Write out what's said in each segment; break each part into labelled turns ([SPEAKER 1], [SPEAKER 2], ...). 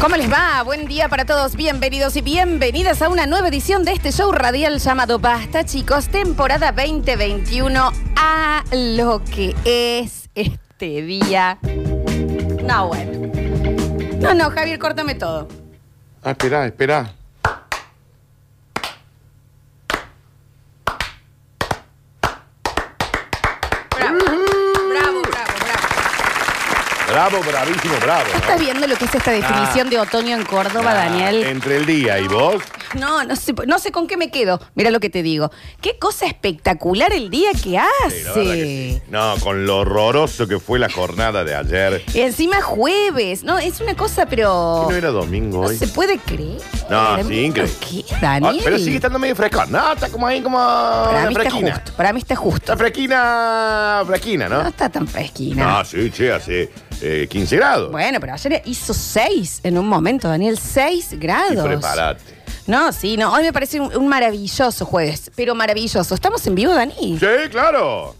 [SPEAKER 1] ¿Cómo les va? Buen día para todos, bienvenidos y bienvenidas a una nueva edición de este show radial llamado Basta, chicos, temporada 2021 a lo que es este día. No, bueno. No, no, Javier, córtame todo.
[SPEAKER 2] Ah, esperá, esperá.
[SPEAKER 1] Bravo, bravo, bravo, bravo.
[SPEAKER 2] Bravo, bravísimo, bravo.
[SPEAKER 1] ¿Tú estás viendo lo que es esta definición de otoño en Córdoba,
[SPEAKER 2] Ah,
[SPEAKER 1] Daniel?
[SPEAKER 2] Entre el día y vos.
[SPEAKER 1] No, no sé, no sé con qué me quedo. Mira lo que te digo. Qué cosa espectacular el día que hace.
[SPEAKER 2] Sí, la verdad que sí. No, con lo horroroso que fue la jornada de ayer.
[SPEAKER 1] Y encima jueves. No, es una cosa, pero.
[SPEAKER 2] ¿Y ¿No era domingo
[SPEAKER 1] Oh. No
[SPEAKER 2] hoy?
[SPEAKER 1] se puede creer.
[SPEAKER 2] No, sí,
[SPEAKER 1] Mira
[SPEAKER 2] increíble.
[SPEAKER 1] ¿Qué,
[SPEAKER 2] Ah,
[SPEAKER 1] Daniel?
[SPEAKER 2] pero sigue estando medio fresco. No, está como ahí, como.
[SPEAKER 1] Para mí está
[SPEAKER 2] fresquina.
[SPEAKER 1] justo. Para mí está justo.
[SPEAKER 2] Está fresquina, fresquina,
[SPEAKER 1] No
[SPEAKER 2] ¿no?
[SPEAKER 1] está tan fresquina.
[SPEAKER 2] No, sí, che, hace eh, 15 grados.
[SPEAKER 1] Bueno, pero ayer hizo 6 en un momento, Daniel. 6
[SPEAKER 2] Y
[SPEAKER 1] grados.
[SPEAKER 2] preparate.
[SPEAKER 1] No, sí, no. Hoy me parece un, un maravilloso jueves. Pero maravilloso. ¿Estamos en vivo, Dani?
[SPEAKER 2] Sí, claro.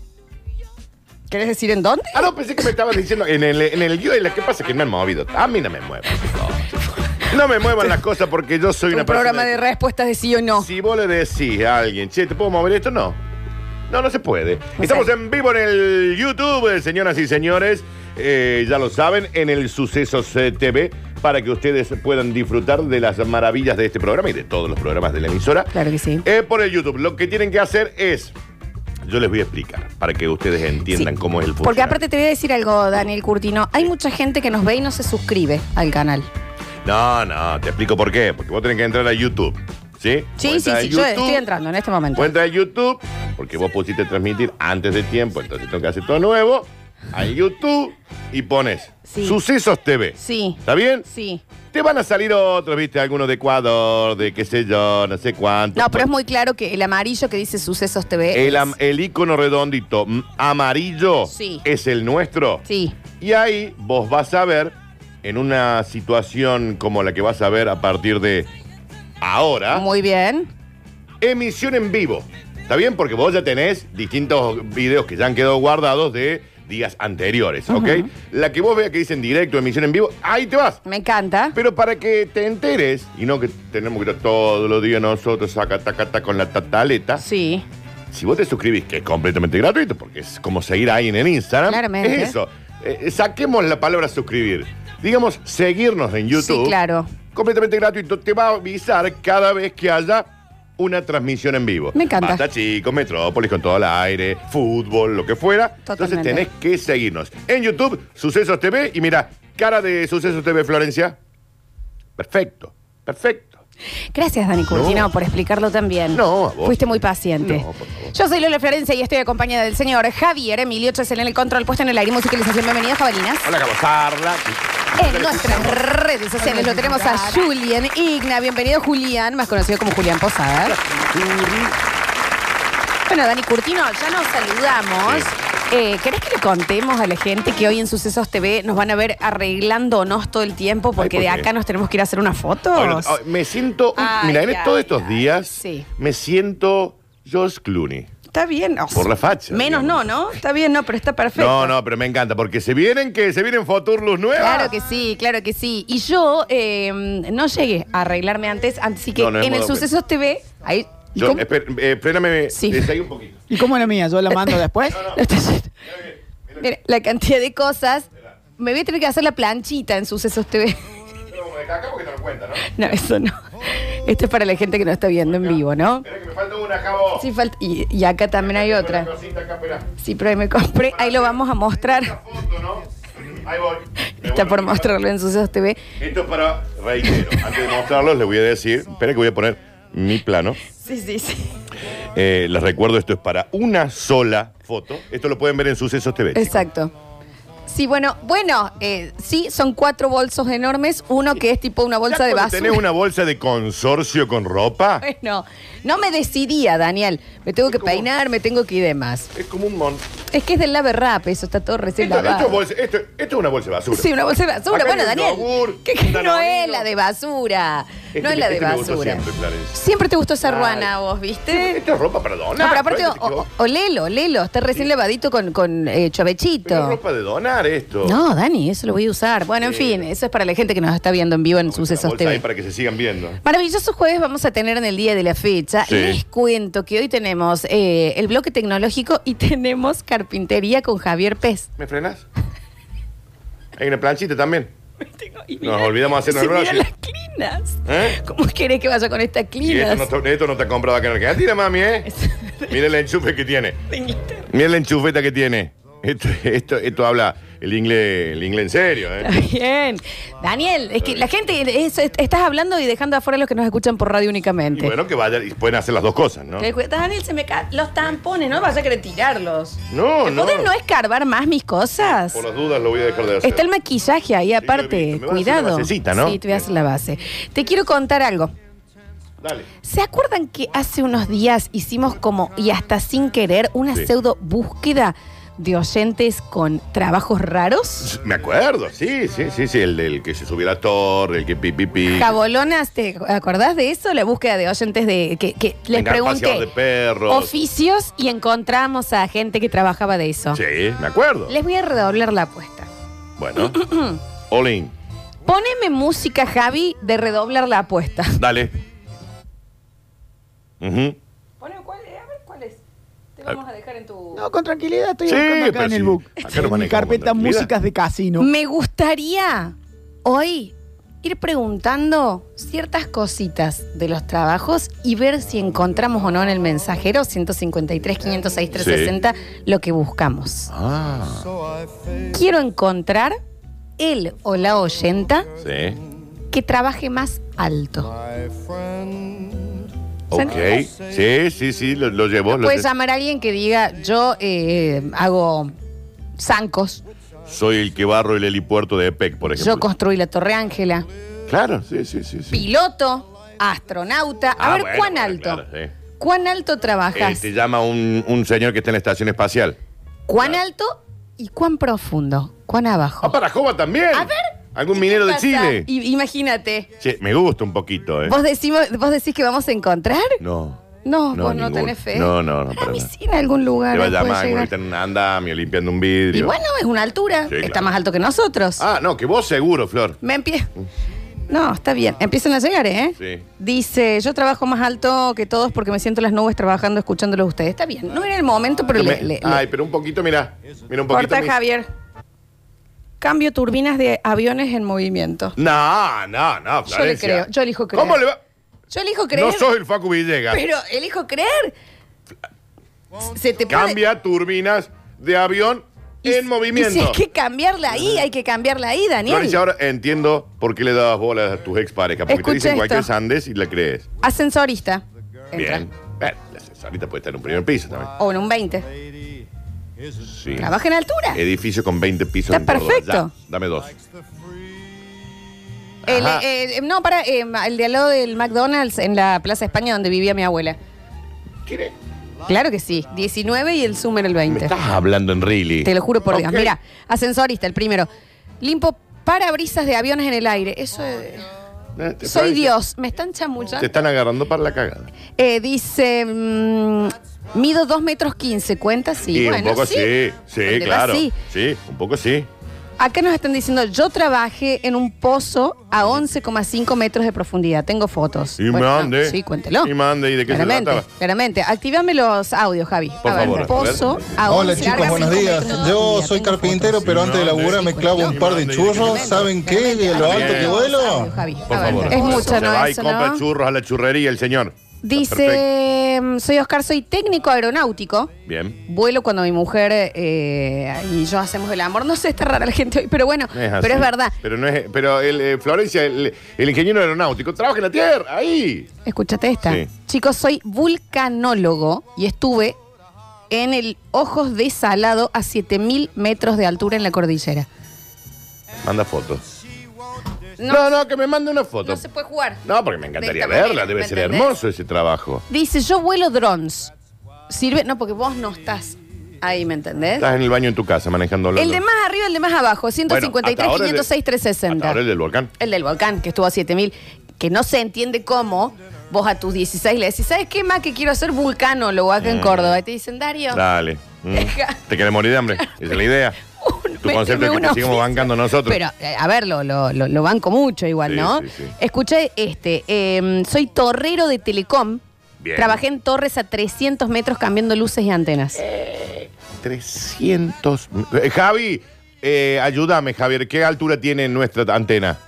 [SPEAKER 1] ¿Querés decir en dónde?
[SPEAKER 2] Ah, no, pensé que me estabas diciendo en el, en el guión. ¿Qué pasa? Que me han movido. A mí no me muevan. No me muevan las cosas porque yo soy
[SPEAKER 1] Un
[SPEAKER 2] una persona.
[SPEAKER 1] programa de respuestas de sí o no.
[SPEAKER 2] Si vos le decís a alguien, che, ¿te puedo mover esto? No. No, no se puede. Estamos en vivo en el YouTube, eh, señoras y señores. Eh, ya lo saben, en el Sucesos eh, TV, para que ustedes puedan disfrutar de las maravillas de este programa y de todos los programas de la emisora.
[SPEAKER 1] Claro que sí.
[SPEAKER 2] Eh, por el YouTube, lo que tienen que hacer es. Yo les voy a explicar para que ustedes entiendan
[SPEAKER 1] Sí.
[SPEAKER 2] cómo es el
[SPEAKER 1] Porque
[SPEAKER 2] funcionamiento.
[SPEAKER 1] aparte te voy a decir algo, Daniel Curtino. Hay mucha gente que nos ve y no se suscribe al canal.
[SPEAKER 2] No, no, te explico por qué. Porque vos tenés que entrar a YouTube. ¿Sí?
[SPEAKER 1] Sí,
[SPEAKER 2] Vos
[SPEAKER 1] sí,
[SPEAKER 2] entras
[SPEAKER 1] sí.
[SPEAKER 2] a
[SPEAKER 1] Yo
[SPEAKER 2] YouTube,
[SPEAKER 1] estoy entrando en este momento.
[SPEAKER 2] Vos entras a YouTube, porque vos pusiste transmitir antes de tiempo, entonces tengo que hacer todo nuevo. A YouTube y pones
[SPEAKER 1] Sí.
[SPEAKER 2] Sucesos TV.
[SPEAKER 1] Sí.
[SPEAKER 2] ¿Está bien?
[SPEAKER 1] Sí.
[SPEAKER 2] Te van a salir otros, viste, algunos de Ecuador, de qué sé yo, no sé cuánto.
[SPEAKER 1] No, pero es muy claro que el amarillo que dice Sucesos TV.
[SPEAKER 2] El,
[SPEAKER 1] es-
[SPEAKER 2] am- el icono redondito mm, amarillo
[SPEAKER 1] Sí.
[SPEAKER 2] es el nuestro.
[SPEAKER 1] Sí.
[SPEAKER 2] Y ahí vos vas a ver, en una situación como la que vas a ver a partir de ahora,
[SPEAKER 1] Muy bien.
[SPEAKER 2] emisión en vivo. ¿Está bien? Porque vos ya tenés distintos videos que ya han quedado guardados de días anteriores, ¿ok? La que vos veas que dicen directo, emisión en vivo, ahí te vas.
[SPEAKER 1] Me encanta.
[SPEAKER 2] Pero para que te enteres, y no que tenemos que ir todos los días nosotros, saca, taca, taca, con la tataleta,
[SPEAKER 1] Sí.
[SPEAKER 2] si vos te suscribís, que es completamente gratuito, porque es como seguir a alguien en Instagram.
[SPEAKER 1] Claramente.
[SPEAKER 2] Es eso. Eh, saquemos la palabra suscribir. Digamos, seguirnos en YouTube.
[SPEAKER 1] Sí, claro.
[SPEAKER 2] Completamente gratuito. Te va a avisar cada vez que haya una transmisión en vivo.
[SPEAKER 1] Me encanta.
[SPEAKER 2] Basta chicos, Metrópolis con todo el aire, fútbol, lo que fuera. Entonces
[SPEAKER 1] Totalmente.
[SPEAKER 2] tenés que seguirnos. En YouTube, Sucesos TV. Y mira, cara de Sucesos TV Florencia. Perfecto, perfecto.
[SPEAKER 1] Gracias, Dani Curtino, por explicarlo también.
[SPEAKER 2] No, a vos.
[SPEAKER 1] Fuiste muy paciente.
[SPEAKER 2] No, por favor.
[SPEAKER 1] Yo soy Lola Florencia y estoy acompañada del señor Javier Emilio Chesel en el control puesto en el aire y musicalización. Bienvenido, Javalinas.
[SPEAKER 2] Hola, Carlos Parla.
[SPEAKER 1] En nuestras redes sociales lo tenemos a Julian Igna. Bienvenido, Julián, más conocido como Julián Posada. Bueno, Dani Curtino, ya nos saludamos. Eh, ¿Querés que le contemos a la gente que hoy en Sucesos TV nos van a ver arreglándonos todo el tiempo porque
[SPEAKER 2] ¿por
[SPEAKER 1] de
[SPEAKER 2] qué?
[SPEAKER 1] acá nos tenemos que ir a hacer unas fotos?
[SPEAKER 2] Ay, no, ay, ah, me siento. un-
[SPEAKER 1] Ay,
[SPEAKER 2] mira, en
[SPEAKER 1] ay,
[SPEAKER 2] todos estos
[SPEAKER 1] ay.
[SPEAKER 2] días
[SPEAKER 1] Sí.
[SPEAKER 2] me siento George Clooney.
[SPEAKER 1] Está bien. o sea,
[SPEAKER 2] Por la facha,
[SPEAKER 1] Menos
[SPEAKER 2] digamos.
[SPEAKER 1] no, ¿no? Está bien, no, pero está perfecto.
[SPEAKER 2] No, no, pero me encanta porque se vienen que se vienen Foturlus nuevas.
[SPEAKER 1] Claro que sí, claro que sí. Y yo eh, no llegué a arreglarme antes, así que
[SPEAKER 2] No, no es
[SPEAKER 1] en el
[SPEAKER 2] modo que-
[SPEAKER 1] Sucesos TV, ahí... ¿y
[SPEAKER 2] Yo,
[SPEAKER 1] cómo?
[SPEAKER 2] espera, eh, espérame,
[SPEAKER 1] Sí.
[SPEAKER 2] eh, seguí un poquito.
[SPEAKER 3] ¿Y cómo es la mía? ¿Yo la mando después?
[SPEAKER 1] Lo estoy haciendo. Mira, la cantidad de cosas. Me voy a tener que hacer la planchita en Sucesos TV.
[SPEAKER 2] No, acá, acá porque te lo cuenta, ¿no?
[SPEAKER 1] No, eso no. Esto es para la gente que no está viendo en vivo, ¿no?
[SPEAKER 2] Espera que me falta una acá vos.
[SPEAKER 1] Sí, falta- y, y acá también hay
[SPEAKER 2] Tengo
[SPEAKER 1] otra.
[SPEAKER 2] una cosita acá, espera.
[SPEAKER 1] Sí, pero ahí me compré. Ahí lo vamos a
[SPEAKER 2] Esta
[SPEAKER 1] mostrar.
[SPEAKER 2] foto, ¿no? Ahí voy. Me
[SPEAKER 1] Está
[SPEAKER 2] vuelvo
[SPEAKER 1] por
[SPEAKER 2] a-
[SPEAKER 1] mostrarlo en Sucesos TV.
[SPEAKER 2] Esto es para, reitero, antes de mostrarlos les voy a decir, espera que voy a poner mi plano.
[SPEAKER 1] Sí, sí, sí.
[SPEAKER 2] Eh, les recuerdo, esto es para una sola foto. Esto lo pueden ver en Sucesos TV. chicos.
[SPEAKER 1] Exacto. Sí, bueno, bueno, eh, sí, son cuatro bolsos enormes. Uno que es tipo una bolsa
[SPEAKER 2] ¿Ya
[SPEAKER 1] de
[SPEAKER 2] cuando
[SPEAKER 1] basura.
[SPEAKER 2] ¿Tenés una bolsa de consorcio con ropa?
[SPEAKER 1] Bueno, no me decidía, Daniel. Me tengo que
[SPEAKER 2] ¿Cómo?
[SPEAKER 1] peinar, me tengo que ir y demás.
[SPEAKER 2] Es como un mon.
[SPEAKER 1] Es que es del lave rap, eso está todo recién
[SPEAKER 2] Esto, esto es
[SPEAKER 1] lavado.
[SPEAKER 2] bolsa- esto- esto es una bolsa de basura.
[SPEAKER 1] Sí, una bolsa de basura.
[SPEAKER 2] Acá
[SPEAKER 1] bueno,
[SPEAKER 2] hay un
[SPEAKER 1] Daniel.
[SPEAKER 2] yogur,
[SPEAKER 1] que, que
[SPEAKER 2] un
[SPEAKER 1] no es
[SPEAKER 2] danonino.
[SPEAKER 1] la de basura.
[SPEAKER 2] Este
[SPEAKER 1] no es
[SPEAKER 2] me-
[SPEAKER 1] la de
[SPEAKER 2] este me gustó
[SPEAKER 1] basura.
[SPEAKER 2] siempre, Florencia.
[SPEAKER 1] Siempre te gustó esa
[SPEAKER 2] Ay.
[SPEAKER 1] ruana a vos, ¿viste?
[SPEAKER 2] Esto Ah, es ropa para donar.
[SPEAKER 1] No, pero aparte, oh,
[SPEAKER 2] Florencia, te
[SPEAKER 1] o- o-
[SPEAKER 2] equivocas.
[SPEAKER 1] olelo, olelo. Está recién lavadito con, con eh,
[SPEAKER 2] Pero es
[SPEAKER 1] chovechito.
[SPEAKER 2] ropa de donar esto.
[SPEAKER 1] No, Dani, eso lo voy a usar. Bueno, en
[SPEAKER 2] Sí.
[SPEAKER 1] fin, eso es para la gente que nos está viendo en vivo en
[SPEAKER 2] Vamos a la
[SPEAKER 1] Sucesos
[SPEAKER 2] bolsa
[SPEAKER 1] TV.
[SPEAKER 2] ahí Para que se sigan viendo.
[SPEAKER 1] Maravilloso jueves vamos a tener en el día de la fecha.
[SPEAKER 2] Sí.
[SPEAKER 1] Les cuento que hoy tenemos eh, el bloque tecnológico y tenemos carpintería con Javier Pez.
[SPEAKER 2] ¿Me frenas? Hay una planchita también.
[SPEAKER 1] Y
[SPEAKER 2] Nos olvidamos hacernos
[SPEAKER 1] se
[SPEAKER 2] el
[SPEAKER 1] miran
[SPEAKER 2] brownie.
[SPEAKER 1] las clinas.
[SPEAKER 2] ¿Eh?
[SPEAKER 1] ¿Cómo querés que vaya con estas
[SPEAKER 2] Y esto no,
[SPEAKER 1] clinas?
[SPEAKER 2] está- esto no está comprado acá en Argentina, mami, ¿eh? Mira el enchufe que tiene.
[SPEAKER 1] De Inglaterra.
[SPEAKER 2] Mira la enchufeta que tiene. Esto, esto, esto habla el inglés, el inglés en serio, ¿eh?
[SPEAKER 1] Está Bien. Daniel, es que la gente, es- estás hablando y dejando afuera a los que nos escuchan por radio
[SPEAKER 2] Y
[SPEAKER 1] únicamente.
[SPEAKER 2] bueno, que vayan y pueden hacer las dos cosas, ¿no?
[SPEAKER 1] Que cu- Daniel, se me caen los tampones, no vas a querer tirarlos.
[SPEAKER 2] No,
[SPEAKER 1] ¿Me
[SPEAKER 2] no.
[SPEAKER 1] podés no escarbar más mis cosas?
[SPEAKER 2] Por las dudas lo voy a dejar de hacer.
[SPEAKER 1] Está el maquillaje ahí
[SPEAKER 2] lo he
[SPEAKER 1] aparte,
[SPEAKER 2] visto. Me van a hacer
[SPEAKER 1] cuidado.
[SPEAKER 2] la basecita, ¿no?
[SPEAKER 1] Sí, te voy a hacer la base. Te quiero contar algo.
[SPEAKER 2] Dale.
[SPEAKER 1] ¿Se acuerdan que hace unos días hicimos como, y hasta sin querer, una
[SPEAKER 2] Sí.
[SPEAKER 1] pseudo búsqueda de oyentes con trabajos raros?
[SPEAKER 2] Me acuerdo, sí, sí, sí, sí. El del que se subió a la torre, el que pi, pi, pi.
[SPEAKER 1] Jabolonas, ¿te acordás de eso? La búsqueda de oyentes de que, que les
[SPEAKER 2] Venga, paseador
[SPEAKER 1] pregunté
[SPEAKER 2] de perros.
[SPEAKER 1] oficios y encontramos a gente que trabajaba de eso.
[SPEAKER 2] Sí, me acuerdo.
[SPEAKER 1] Les voy a redoblar la apuesta.
[SPEAKER 2] Bueno. Olin,
[SPEAKER 1] Poneme música, Javi, de redoblar la apuesta.
[SPEAKER 2] dale. Ujú.
[SPEAKER 1] Poneme cuál, a ver cuál es. Te
[SPEAKER 2] vamos
[SPEAKER 1] a dejar en tu.
[SPEAKER 3] No, con tranquilidad estoy
[SPEAKER 2] Sí,
[SPEAKER 3] buscando
[SPEAKER 2] pero
[SPEAKER 3] acá en el
[SPEAKER 2] sí.
[SPEAKER 3] book. Mm.
[SPEAKER 2] Acá lo
[SPEAKER 3] En mi
[SPEAKER 2] manejamos
[SPEAKER 3] carpeta
[SPEAKER 2] con tranquilidad.
[SPEAKER 3] músicas de casino.
[SPEAKER 1] Me gustaría hoy ir preguntando ciertas cositas de los trabajos y ver si encontramos o no en el mensajero 153 506 360 lo que buscamos.
[SPEAKER 2] Ah,
[SPEAKER 1] Quiero encontrar él o la oyenta
[SPEAKER 2] sí.
[SPEAKER 1] que trabaje más alto.
[SPEAKER 2] Ok. Sí, sí, sí, lo, lo llevó. lo
[SPEAKER 1] Puedes
[SPEAKER 2] lle-
[SPEAKER 1] llamar a alguien que diga, yo eh, hago zancos,
[SPEAKER 2] Soy el que barro el helipuerto de EPEC, por ejemplo.
[SPEAKER 1] yo construí la Torre Ángela,
[SPEAKER 2] Claro, sí, sí, sí. sí.
[SPEAKER 1] piloto, astronauta. A
[SPEAKER 2] Ah,
[SPEAKER 1] ver,
[SPEAKER 2] bueno,
[SPEAKER 1] ¿cuán
[SPEAKER 2] bueno,
[SPEAKER 1] alto?
[SPEAKER 2] claro, sí.
[SPEAKER 1] ¿Cuán alto
[SPEAKER 2] Eh,
[SPEAKER 1] trabajas?
[SPEAKER 2] te llama un, un señor que está en la estación espacial.
[SPEAKER 1] ¿Cuán alto y cuán profundo? ¿Cuán abajo?
[SPEAKER 2] Ah, para Jova también. A ver. Algún minero de
[SPEAKER 1] Pasa,
[SPEAKER 2] Chile.
[SPEAKER 1] i- imagínate.
[SPEAKER 2] Che, me gusta un poquito, ¿eh?
[SPEAKER 1] ¿Vos, decimos, ¿Vos decís que vamos a encontrar?
[SPEAKER 2] No.
[SPEAKER 1] No,
[SPEAKER 2] No,
[SPEAKER 1] vos no
[SPEAKER 2] ninguno.
[SPEAKER 1] tenés fe.
[SPEAKER 2] No, no, no,
[SPEAKER 1] A
[SPEAKER 2] para
[SPEAKER 1] mí
[SPEAKER 2] nada.
[SPEAKER 1] sí en algún lugar.
[SPEAKER 2] Te va a
[SPEAKER 1] puede
[SPEAKER 2] llamar,
[SPEAKER 1] llegar.
[SPEAKER 2] está en un andamio limpiando un
[SPEAKER 1] Y
[SPEAKER 2] vidrio.
[SPEAKER 1] bueno, es una altura.
[SPEAKER 2] Sí,
[SPEAKER 1] Está
[SPEAKER 2] claro.
[SPEAKER 1] más alto que nosotros.
[SPEAKER 2] Ah, no, que vos seguro, Flor.
[SPEAKER 1] Me empie... No, está bien. Empiezan a llegar, ¿eh?
[SPEAKER 2] Sí.
[SPEAKER 1] Dice, yo trabajo más alto que todos porque me siento en las nubes trabajando, escuchándolos a ustedes. Está bien. No era el momento, pero le,
[SPEAKER 2] Ah, Me-
[SPEAKER 1] le- le-
[SPEAKER 2] Ay, pero un poquito, mira. Mira un poquito.
[SPEAKER 1] Corta,
[SPEAKER 2] mi-
[SPEAKER 1] Javier. Cambio turbinas de aviones en movimiento.
[SPEAKER 2] No, no, no,
[SPEAKER 1] Yo
[SPEAKER 2] Florencia.
[SPEAKER 1] le creo, yo elijo creer.
[SPEAKER 2] ¿Cómo le va?
[SPEAKER 1] Yo elijo creer.
[SPEAKER 2] No sos el Facu Villegas.
[SPEAKER 1] Pero elijo creer. Se te puede-
[SPEAKER 2] Cambia turbinas de avión
[SPEAKER 1] Y
[SPEAKER 2] en
[SPEAKER 1] si-
[SPEAKER 2] movimiento.
[SPEAKER 1] y si hay que cambiarla ahí, hay que cambiarla ahí, Daniel.
[SPEAKER 2] Florencia, ahora entiendo por qué le dabas bolas a tus exparejas. Porque
[SPEAKER 1] Escucha
[SPEAKER 2] te dicen
[SPEAKER 1] esto.
[SPEAKER 2] cualquier sandés y la crees.
[SPEAKER 1] Ascensorista. Entra.
[SPEAKER 2] Bien. Bueno, la asesorita puede estar en un primer piso también.
[SPEAKER 1] O en un 20.
[SPEAKER 2] Sí.
[SPEAKER 1] Trabaja en altura.
[SPEAKER 2] Edificio con 20 pisos.
[SPEAKER 1] Está
[SPEAKER 2] en Córdoba.
[SPEAKER 1] perfecto.
[SPEAKER 2] Ya, dame dos.
[SPEAKER 1] El,
[SPEAKER 2] Ajá.
[SPEAKER 1] eh, eh, no, para, eh, el de al lado del McDonald's en la Plaza España donde vivía mi abuela.
[SPEAKER 2] ¿Quiere?
[SPEAKER 1] Claro que sí. 19 y el Summer el
[SPEAKER 2] Me
[SPEAKER 1] 20.
[SPEAKER 2] estás hablando en really.
[SPEAKER 1] Te lo juro por Dios.
[SPEAKER 2] Ok.
[SPEAKER 1] Mira, ascensorista, el primero. Limpo parabrisas de aviones en el aire. Eso es.
[SPEAKER 2] Eh, te-
[SPEAKER 1] Soy
[SPEAKER 2] Florencia,
[SPEAKER 1] Dios. Me están
[SPEAKER 2] Te
[SPEAKER 1] chamullando.
[SPEAKER 2] están agarrando para la cagada.
[SPEAKER 1] Eh, dice, mm, mido 2 metros 15, ¿cuenta? Sí,
[SPEAKER 2] Y
[SPEAKER 1] bueno,
[SPEAKER 2] un poco sí, sí,
[SPEAKER 1] Donde va,
[SPEAKER 2] claro.
[SPEAKER 1] sí.
[SPEAKER 2] Sí, un poco sí.
[SPEAKER 1] Acá nos están diciendo, yo trabajé en un pozo a 11,5 metros de profundidad. Tengo fotos.
[SPEAKER 2] Y
[SPEAKER 1] Bueno,
[SPEAKER 2] mande.
[SPEAKER 1] Sí, cuéntelo.
[SPEAKER 2] Y mande, ¿y de qué se
[SPEAKER 1] claramente,
[SPEAKER 2] trataba?
[SPEAKER 1] Claramente. Activame los audios, Javi.
[SPEAKER 2] Por
[SPEAKER 1] a ver,
[SPEAKER 2] favor, a
[SPEAKER 1] pozo
[SPEAKER 2] ver.
[SPEAKER 1] a 11,
[SPEAKER 4] Hola chicos,
[SPEAKER 1] larga
[SPEAKER 4] buenos
[SPEAKER 1] 5
[SPEAKER 4] días.
[SPEAKER 1] metros de
[SPEAKER 4] Yo
[SPEAKER 1] profundidad.
[SPEAKER 4] soy
[SPEAKER 1] Tengo
[SPEAKER 4] carpintero,
[SPEAKER 1] fotos.
[SPEAKER 4] pero antes de laburar me clavo un par de churros.
[SPEAKER 1] Tremendo,
[SPEAKER 4] ¿Saben qué? De lo alto
[SPEAKER 1] Tremendo.
[SPEAKER 4] que vuelo.
[SPEAKER 1] Audio, Javi.
[SPEAKER 2] Por
[SPEAKER 1] A ver,
[SPEAKER 2] favor.
[SPEAKER 1] Es
[SPEAKER 2] Se
[SPEAKER 1] mucho, ¿no?
[SPEAKER 2] va y
[SPEAKER 1] Eso,
[SPEAKER 2] compra
[SPEAKER 1] ¿no?
[SPEAKER 2] churros a la churrería el señor. Está perfecto.
[SPEAKER 1] Dice, mm, soy Oscar, soy técnico aeronáutico.
[SPEAKER 2] Bien.
[SPEAKER 1] Vuelo cuando mi mujer eh, y yo hacemos el amor. No sé, está rara la gente hoy, pero bueno,
[SPEAKER 2] Es así.
[SPEAKER 1] pero es verdad.
[SPEAKER 2] Pero no es. Pero el, eh, Florencia, el, el ingeniero aeronáutico, trabaja en la tierra, ahí.
[SPEAKER 1] Escúchate esta.
[SPEAKER 2] Sí.
[SPEAKER 1] Chicos, soy vulcanólogo y estuve en el Ojos de Salado a 7000 metros de altura en la cordillera.
[SPEAKER 2] Manda fotos.
[SPEAKER 1] No,
[SPEAKER 2] No, no, que me mande una foto.
[SPEAKER 1] no se puede jugar.
[SPEAKER 2] No, porque me encantaría
[SPEAKER 1] De esta
[SPEAKER 2] verla,
[SPEAKER 1] manera,
[SPEAKER 2] debe
[SPEAKER 1] ¿me
[SPEAKER 2] ser
[SPEAKER 1] entendés?
[SPEAKER 2] hermoso ese trabajo.
[SPEAKER 1] Dice, yo vuelo drones. Sirve, no, porque vos no estás. Ahí, ¿me entendés?
[SPEAKER 2] Estás en el baño en tu casa manejando la
[SPEAKER 1] El de
[SPEAKER 2] luz.
[SPEAKER 1] más arriba, el de más abajo,
[SPEAKER 2] Bueno,
[SPEAKER 1] 153,
[SPEAKER 2] hasta ahora el de-
[SPEAKER 1] 506,
[SPEAKER 2] hasta
[SPEAKER 1] 360.
[SPEAKER 2] Ahora el del volcán.
[SPEAKER 1] El del volcán, que estuvo a 7000, que no se entiende cómo vos a tus 16 le decís, ¿sabes qué más que quiero ser vulcanólogo acá
[SPEAKER 2] Mm.
[SPEAKER 1] en Córdoba? Y te dicen, Dario,
[SPEAKER 2] Dale. Mm.
[SPEAKER 1] Deja.
[SPEAKER 2] ¿Te querés morir de hambre? Esa es la idea.
[SPEAKER 1] un-
[SPEAKER 2] Tu concepto
[SPEAKER 1] méteme
[SPEAKER 2] es que
[SPEAKER 1] un
[SPEAKER 2] te
[SPEAKER 1] oficio.
[SPEAKER 2] sigamos bancando nosotros.
[SPEAKER 1] Pero, eh, a ver, lo, lo, lo- lo banco mucho igual,
[SPEAKER 2] Sí,
[SPEAKER 1] ¿no?
[SPEAKER 2] sí, sí.
[SPEAKER 1] Escuché este, eh, soy torrero de Telecom.
[SPEAKER 2] Bien.
[SPEAKER 1] Trabajé en torres a 300 metros cambiando luces y antenas.
[SPEAKER 2] Eh, 300. Eh, Javi, eh, ayúdame, Javier. ¿Qué altura tiene nuestra antena?